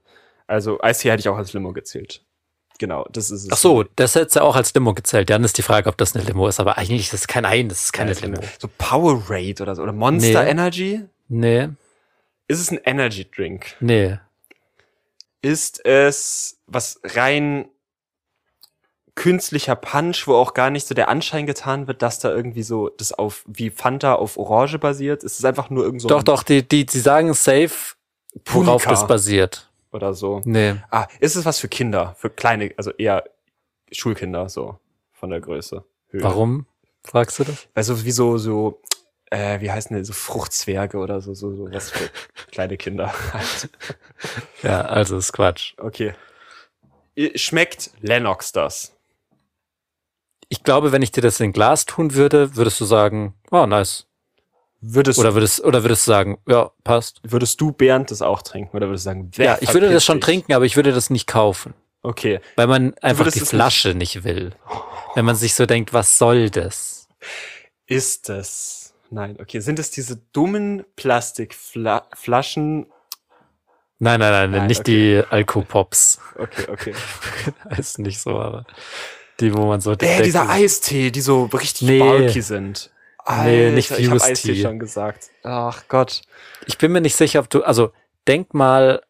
Also Eistee hätte ich auch als Limo gezählt. Genau, das ist es. Ach so, das hättest du auch als Limo gezählt. Dann ist die Frage, ob das eine Limo ist. Aber eigentlich ist es kein Ein, das ist keine Ja, Limo. So Powerade oder so. Oder Monster Nee. Energy? Nee, Ist es ein Energy Drink? nee. Ist es was rein künstlicher Punch, wo auch gar nicht so der Anschein getan wird, dass da irgendwie so das auf wie Fanta auf Orange basiert? Ist es einfach nur irgend so doch, ein doch, die, die, die sagen safe, worauf Punika das basiert. oder so? Nee. Ah, ist es was für Kinder, für kleine, also eher Schulkinder so von der Größe. Höhe. Warum fragst du das? Also wie so so äh, wie heißen denn so Fruchtzwerge oder so, so, so was *laughs* für kleine Kinder. halt. Ja, also ist Quatsch. okay. Äh, Schmeckt Lennox das? Ich glaube, wenn ich dir das in ein Glas tun würde, würdest du sagen, oh, nice. Würdest, Oder würdest, oder würdest du sagen, ja, passt. würdest du Bernd das auch trinken oder würdest du sagen, wer Ja, ich würde verpiss das schon dich? trinken, aber ich würde das nicht kaufen. Okay. Weil man einfach würdest die es Flasche nicht will. Wenn man sich so denkt, was soll das? Ist es? Nein, okay. Sind es diese dummen Plastikflaschen? Nein, nein, nein, Nein, nicht die Alkopops. *laughs* Okay, okay. Heißt nicht so, aber die, wo man so Äh, denkt, dieser Eistee, die so richtig Nee. bulky sind. Nee, nicht ich hab Fuse Eistee Tea. schon gesagt. Ach Gott. Ich bin mir nicht sicher, ob du, also denk mal,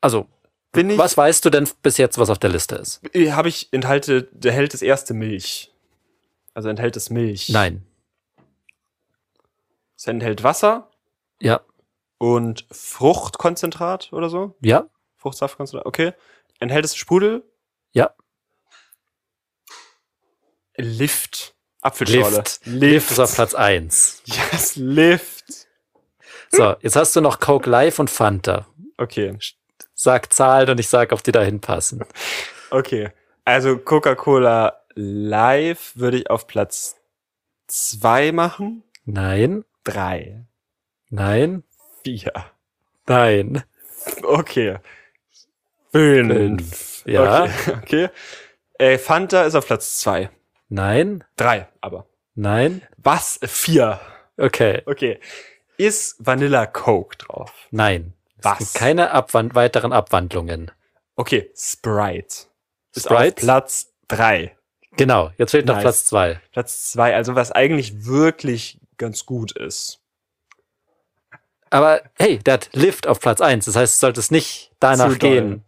also Bin ich, was weißt du denn bis jetzt, was auf der Liste ist? habe ich enthalte, der hält das erste Milch. Also enthält es Milch. Nein, Es enthält Wasser ja, und Fruchtkonzentrat oder so. ja, Fruchtsaftkonzentrat, okay. Enthält es Sprudel? Ja. Lift. Apfelschorle. Lift. Lift. ist auf Platz eins. Yes, Lift. So, jetzt hast du noch Coke Live und Fanta. Okay, Sag Zahlen und ich sag, ob die dahin passen. okay. Also Coca-Cola Live würde ich auf Platz zwei machen. Nein, Drei. nein, Vier. nein. Okay. Fünf. Fünf. Ja, Okay. *laughs* okay. Äh, Fanta ist auf Platz zwei. nein, Drei, aber. nein. Was? Vier. Okay, Okay. Ist Vanilla Coke drauf? nein. Es Was? gibt Keine Abwand weiteren Abwandlungen. Okay, Sprite. Ist Sprite? auf Platz drei. Genau, jetzt fehlt noch Nice. Platz zwei. Platz zwei, also was eigentlich wirklich ganz gut ist. Aber hey, der hat Lift auf Platz 1. Das heißt, du solltest nicht danach Zu doll. gehen.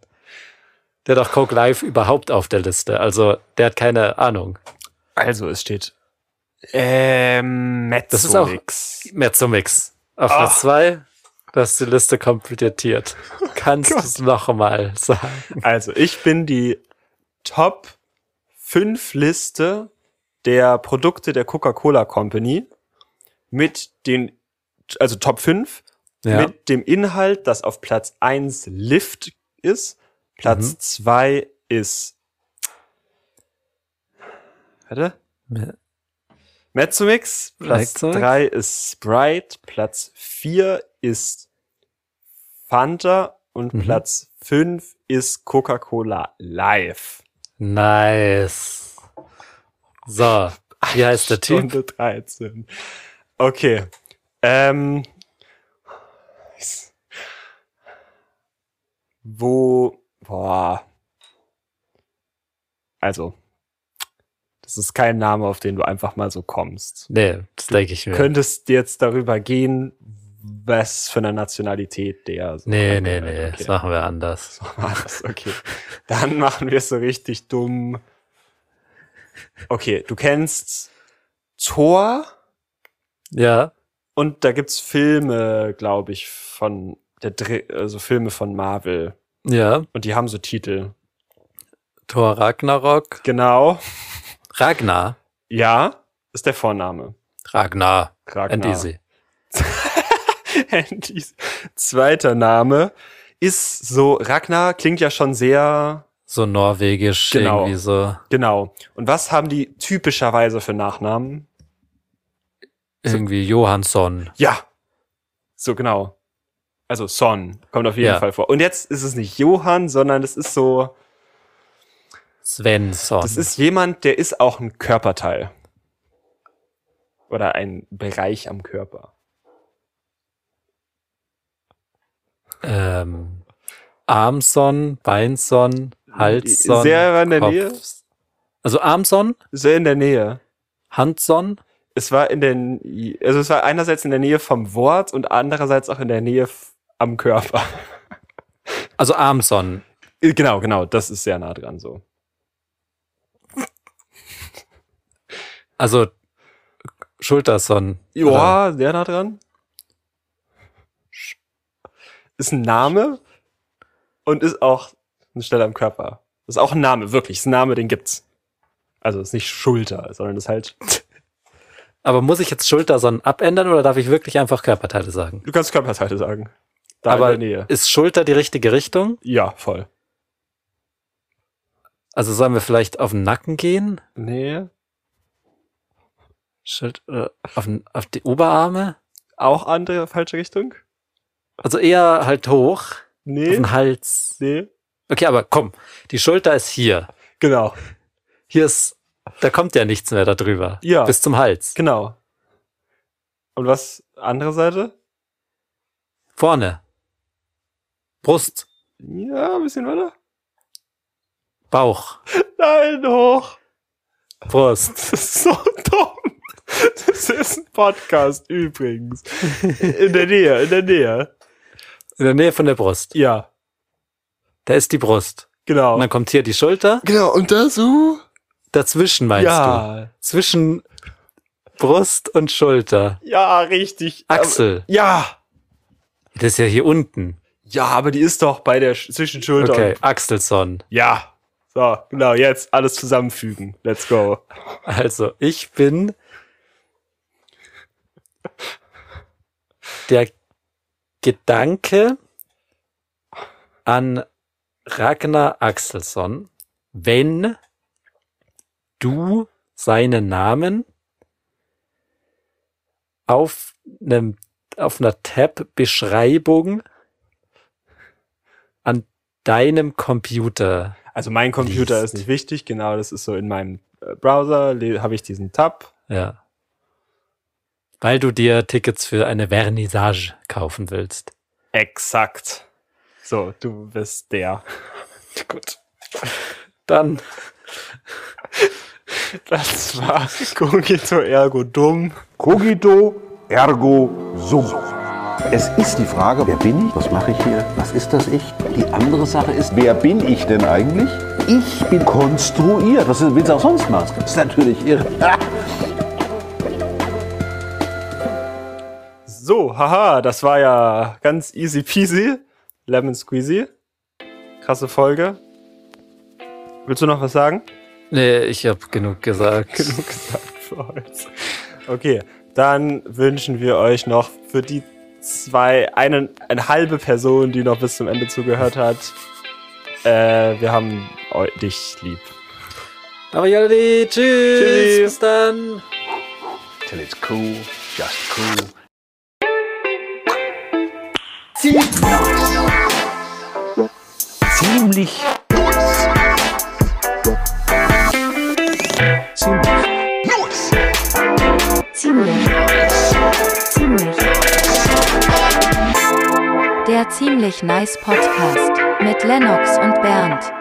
Der hat auch Coke Live überhaupt auf der Liste. Also, der hat keine Ahnung. Also es steht ähm, Das ist auch- Metzolix. Mehr zum Mix. Ah. Auf Platz 2, du hast die *laughs* Liste komplettiert. Kannst du Oh es nochmal sagen? Also ich bin die Top 5 Liste der Produkte der Coca-Cola Company mit den, also Top 5 Ja. mit dem Inhalt, dass auf Platz 1 Lift ist, Platz Mhm. 2 ist. Warte. Mezzomix, Platz Mezzomix. 3 ist Sprite, Platz 4 ist Fanta und Mhm. Platz 5 ist Coca-Cola Live. Nice. So, wie heißt der Typ? Stunde 13. Okay. Ähm, wo. Boah. Also. Das ist kein Name, auf den du einfach mal so kommst. Nee, das denke ich mir. Könntest du jetzt darüber gehen, was für eine Nationalität der so nee, hat? nee, nee, das Okay. machen wir anders. *laughs* Alles, okay. Dann machen wir es so richtig dumm. Okay, du kennst Thor Ja, und da gibt's Filme, glaube ich, von der Dr also Filme von Marvel ja. und die haben so Titel. Thor Ragnarok. Genau. Ragnar. Ja, ist der Vorname. Ragnar. Ragnar. *laughs* And easy. Und dies- Zweiter Name ist so Ragnar klingt ja schon sehr So norwegisch, Genau. irgendwie so. genau. Und was haben die typischerweise für Nachnamen? Irgendwie Johansson. Ja. So genau. Also Son kommt auf jeden Ja. Fall vor. Und jetzt ist es nicht Johann, sondern es ist so, Svensson. das ist jemand, der ist auch ein Körperteil. Oder ein Bereich am Körper. ähm, Armson, Beinson, Halsson. Sehr in der Kopf- Nähe. Also Armson, Sehr in der Nähe. Handson. Es war in der, also es war einerseits in der Nähe vom Wort und andererseits auch in der Nähe f- am Körper. Also Armson. Genau, genau, das ist sehr nah dran so. Also Schulterson. Oder- Ja, sehr nah dran. Ist ein Name und ist auch eine Stelle am Körper. Ist auch ein Name, wirklich. Ist ein Name, den gibt's. Also ist nicht Schulter, sondern ist halt Aber muss ich jetzt Schultersonnen abändern oder darf ich wirklich einfach Körperteile sagen? Du kannst Körperteile sagen. Da Aber in der Nähe. ist Schulter die richtige Richtung? Ja, voll. Also sollen wir vielleicht auf den Nacken gehen? Nee. Schult äh, auf, den, auf die Oberarme? Auch andere falsche Richtung? Also eher halt hoch, auf Nee. den Hals. Nee. Okay, aber komm, die Schulter ist hier. Genau. Hier ist, da kommt ja nichts mehr darüber. Ja. Bis zum Hals. Genau. Und was? Andere Seite? Vorne. Brust, Ja, ein bisschen weiter. Bauch, Nein, hoch. *laughs* Brust. Das ist so dumm. Das ist ein Podcast übrigens. In der Nähe, in der Nähe. In der Nähe von der Brust. Ja, Da ist die Brust. genau. Und dann kommt hier die Schulter. genau, und da so? Dazwischen meinst du? Ja. Zwischen Brust und Schulter. Ja, richtig. Achsel. Aber, ja. Das ist ja hier unten. Ja, aber die ist doch bei der Sch- Zwischenschulter. Okay, und- Axelson. Ja. So, genau, jetzt alles zusammenfügen. Let's go. Also, ich bin der Gedanke an Ragnar Axelsson, wenn du seinen Namen auf einem auf einer Tab-Beschreibung an deinem Computer Also mein Computer ist Liest. nicht wichtig, genau, das ist so in meinem äh, Browser, le- habe ich diesen Tab. Ja. Weil du dir Tickets für eine Vernissage kaufen willst. Exakt. So, du bist der. *laughs* Gut. Dann Das war Cogito Ergo Dumm. Cogito ergo sum. Es ist die Frage, wer bin ich? Was mache ich hier? Was ist das Ich? Die andere Sache ist, wer bin ich denn eigentlich? Ich bin konstruiert. Was willst du auch sonst machen? Das ist natürlich irre. So, haha, das war ja ganz easy peasy. Lemon squeezy. Krasse Folge. Willst du noch was sagen? Nee, ich habe *laughs* genug gesagt. Genug gesagt für heute. Okay, dann wünschen wir euch noch für die zwei, eine, eine halbe Person, die noch bis zum Ende zugehört hat. Äh, wir haben eu- dich lieb. Aber Jolli, tschüss, Tschüss. tschüss. Bis dann. Till it's cool, just cool. Ziemlich. Ziemlich. Ziemlich. Ziemlich. Der ziemlich nice Podcast mit Lennox und Bernd.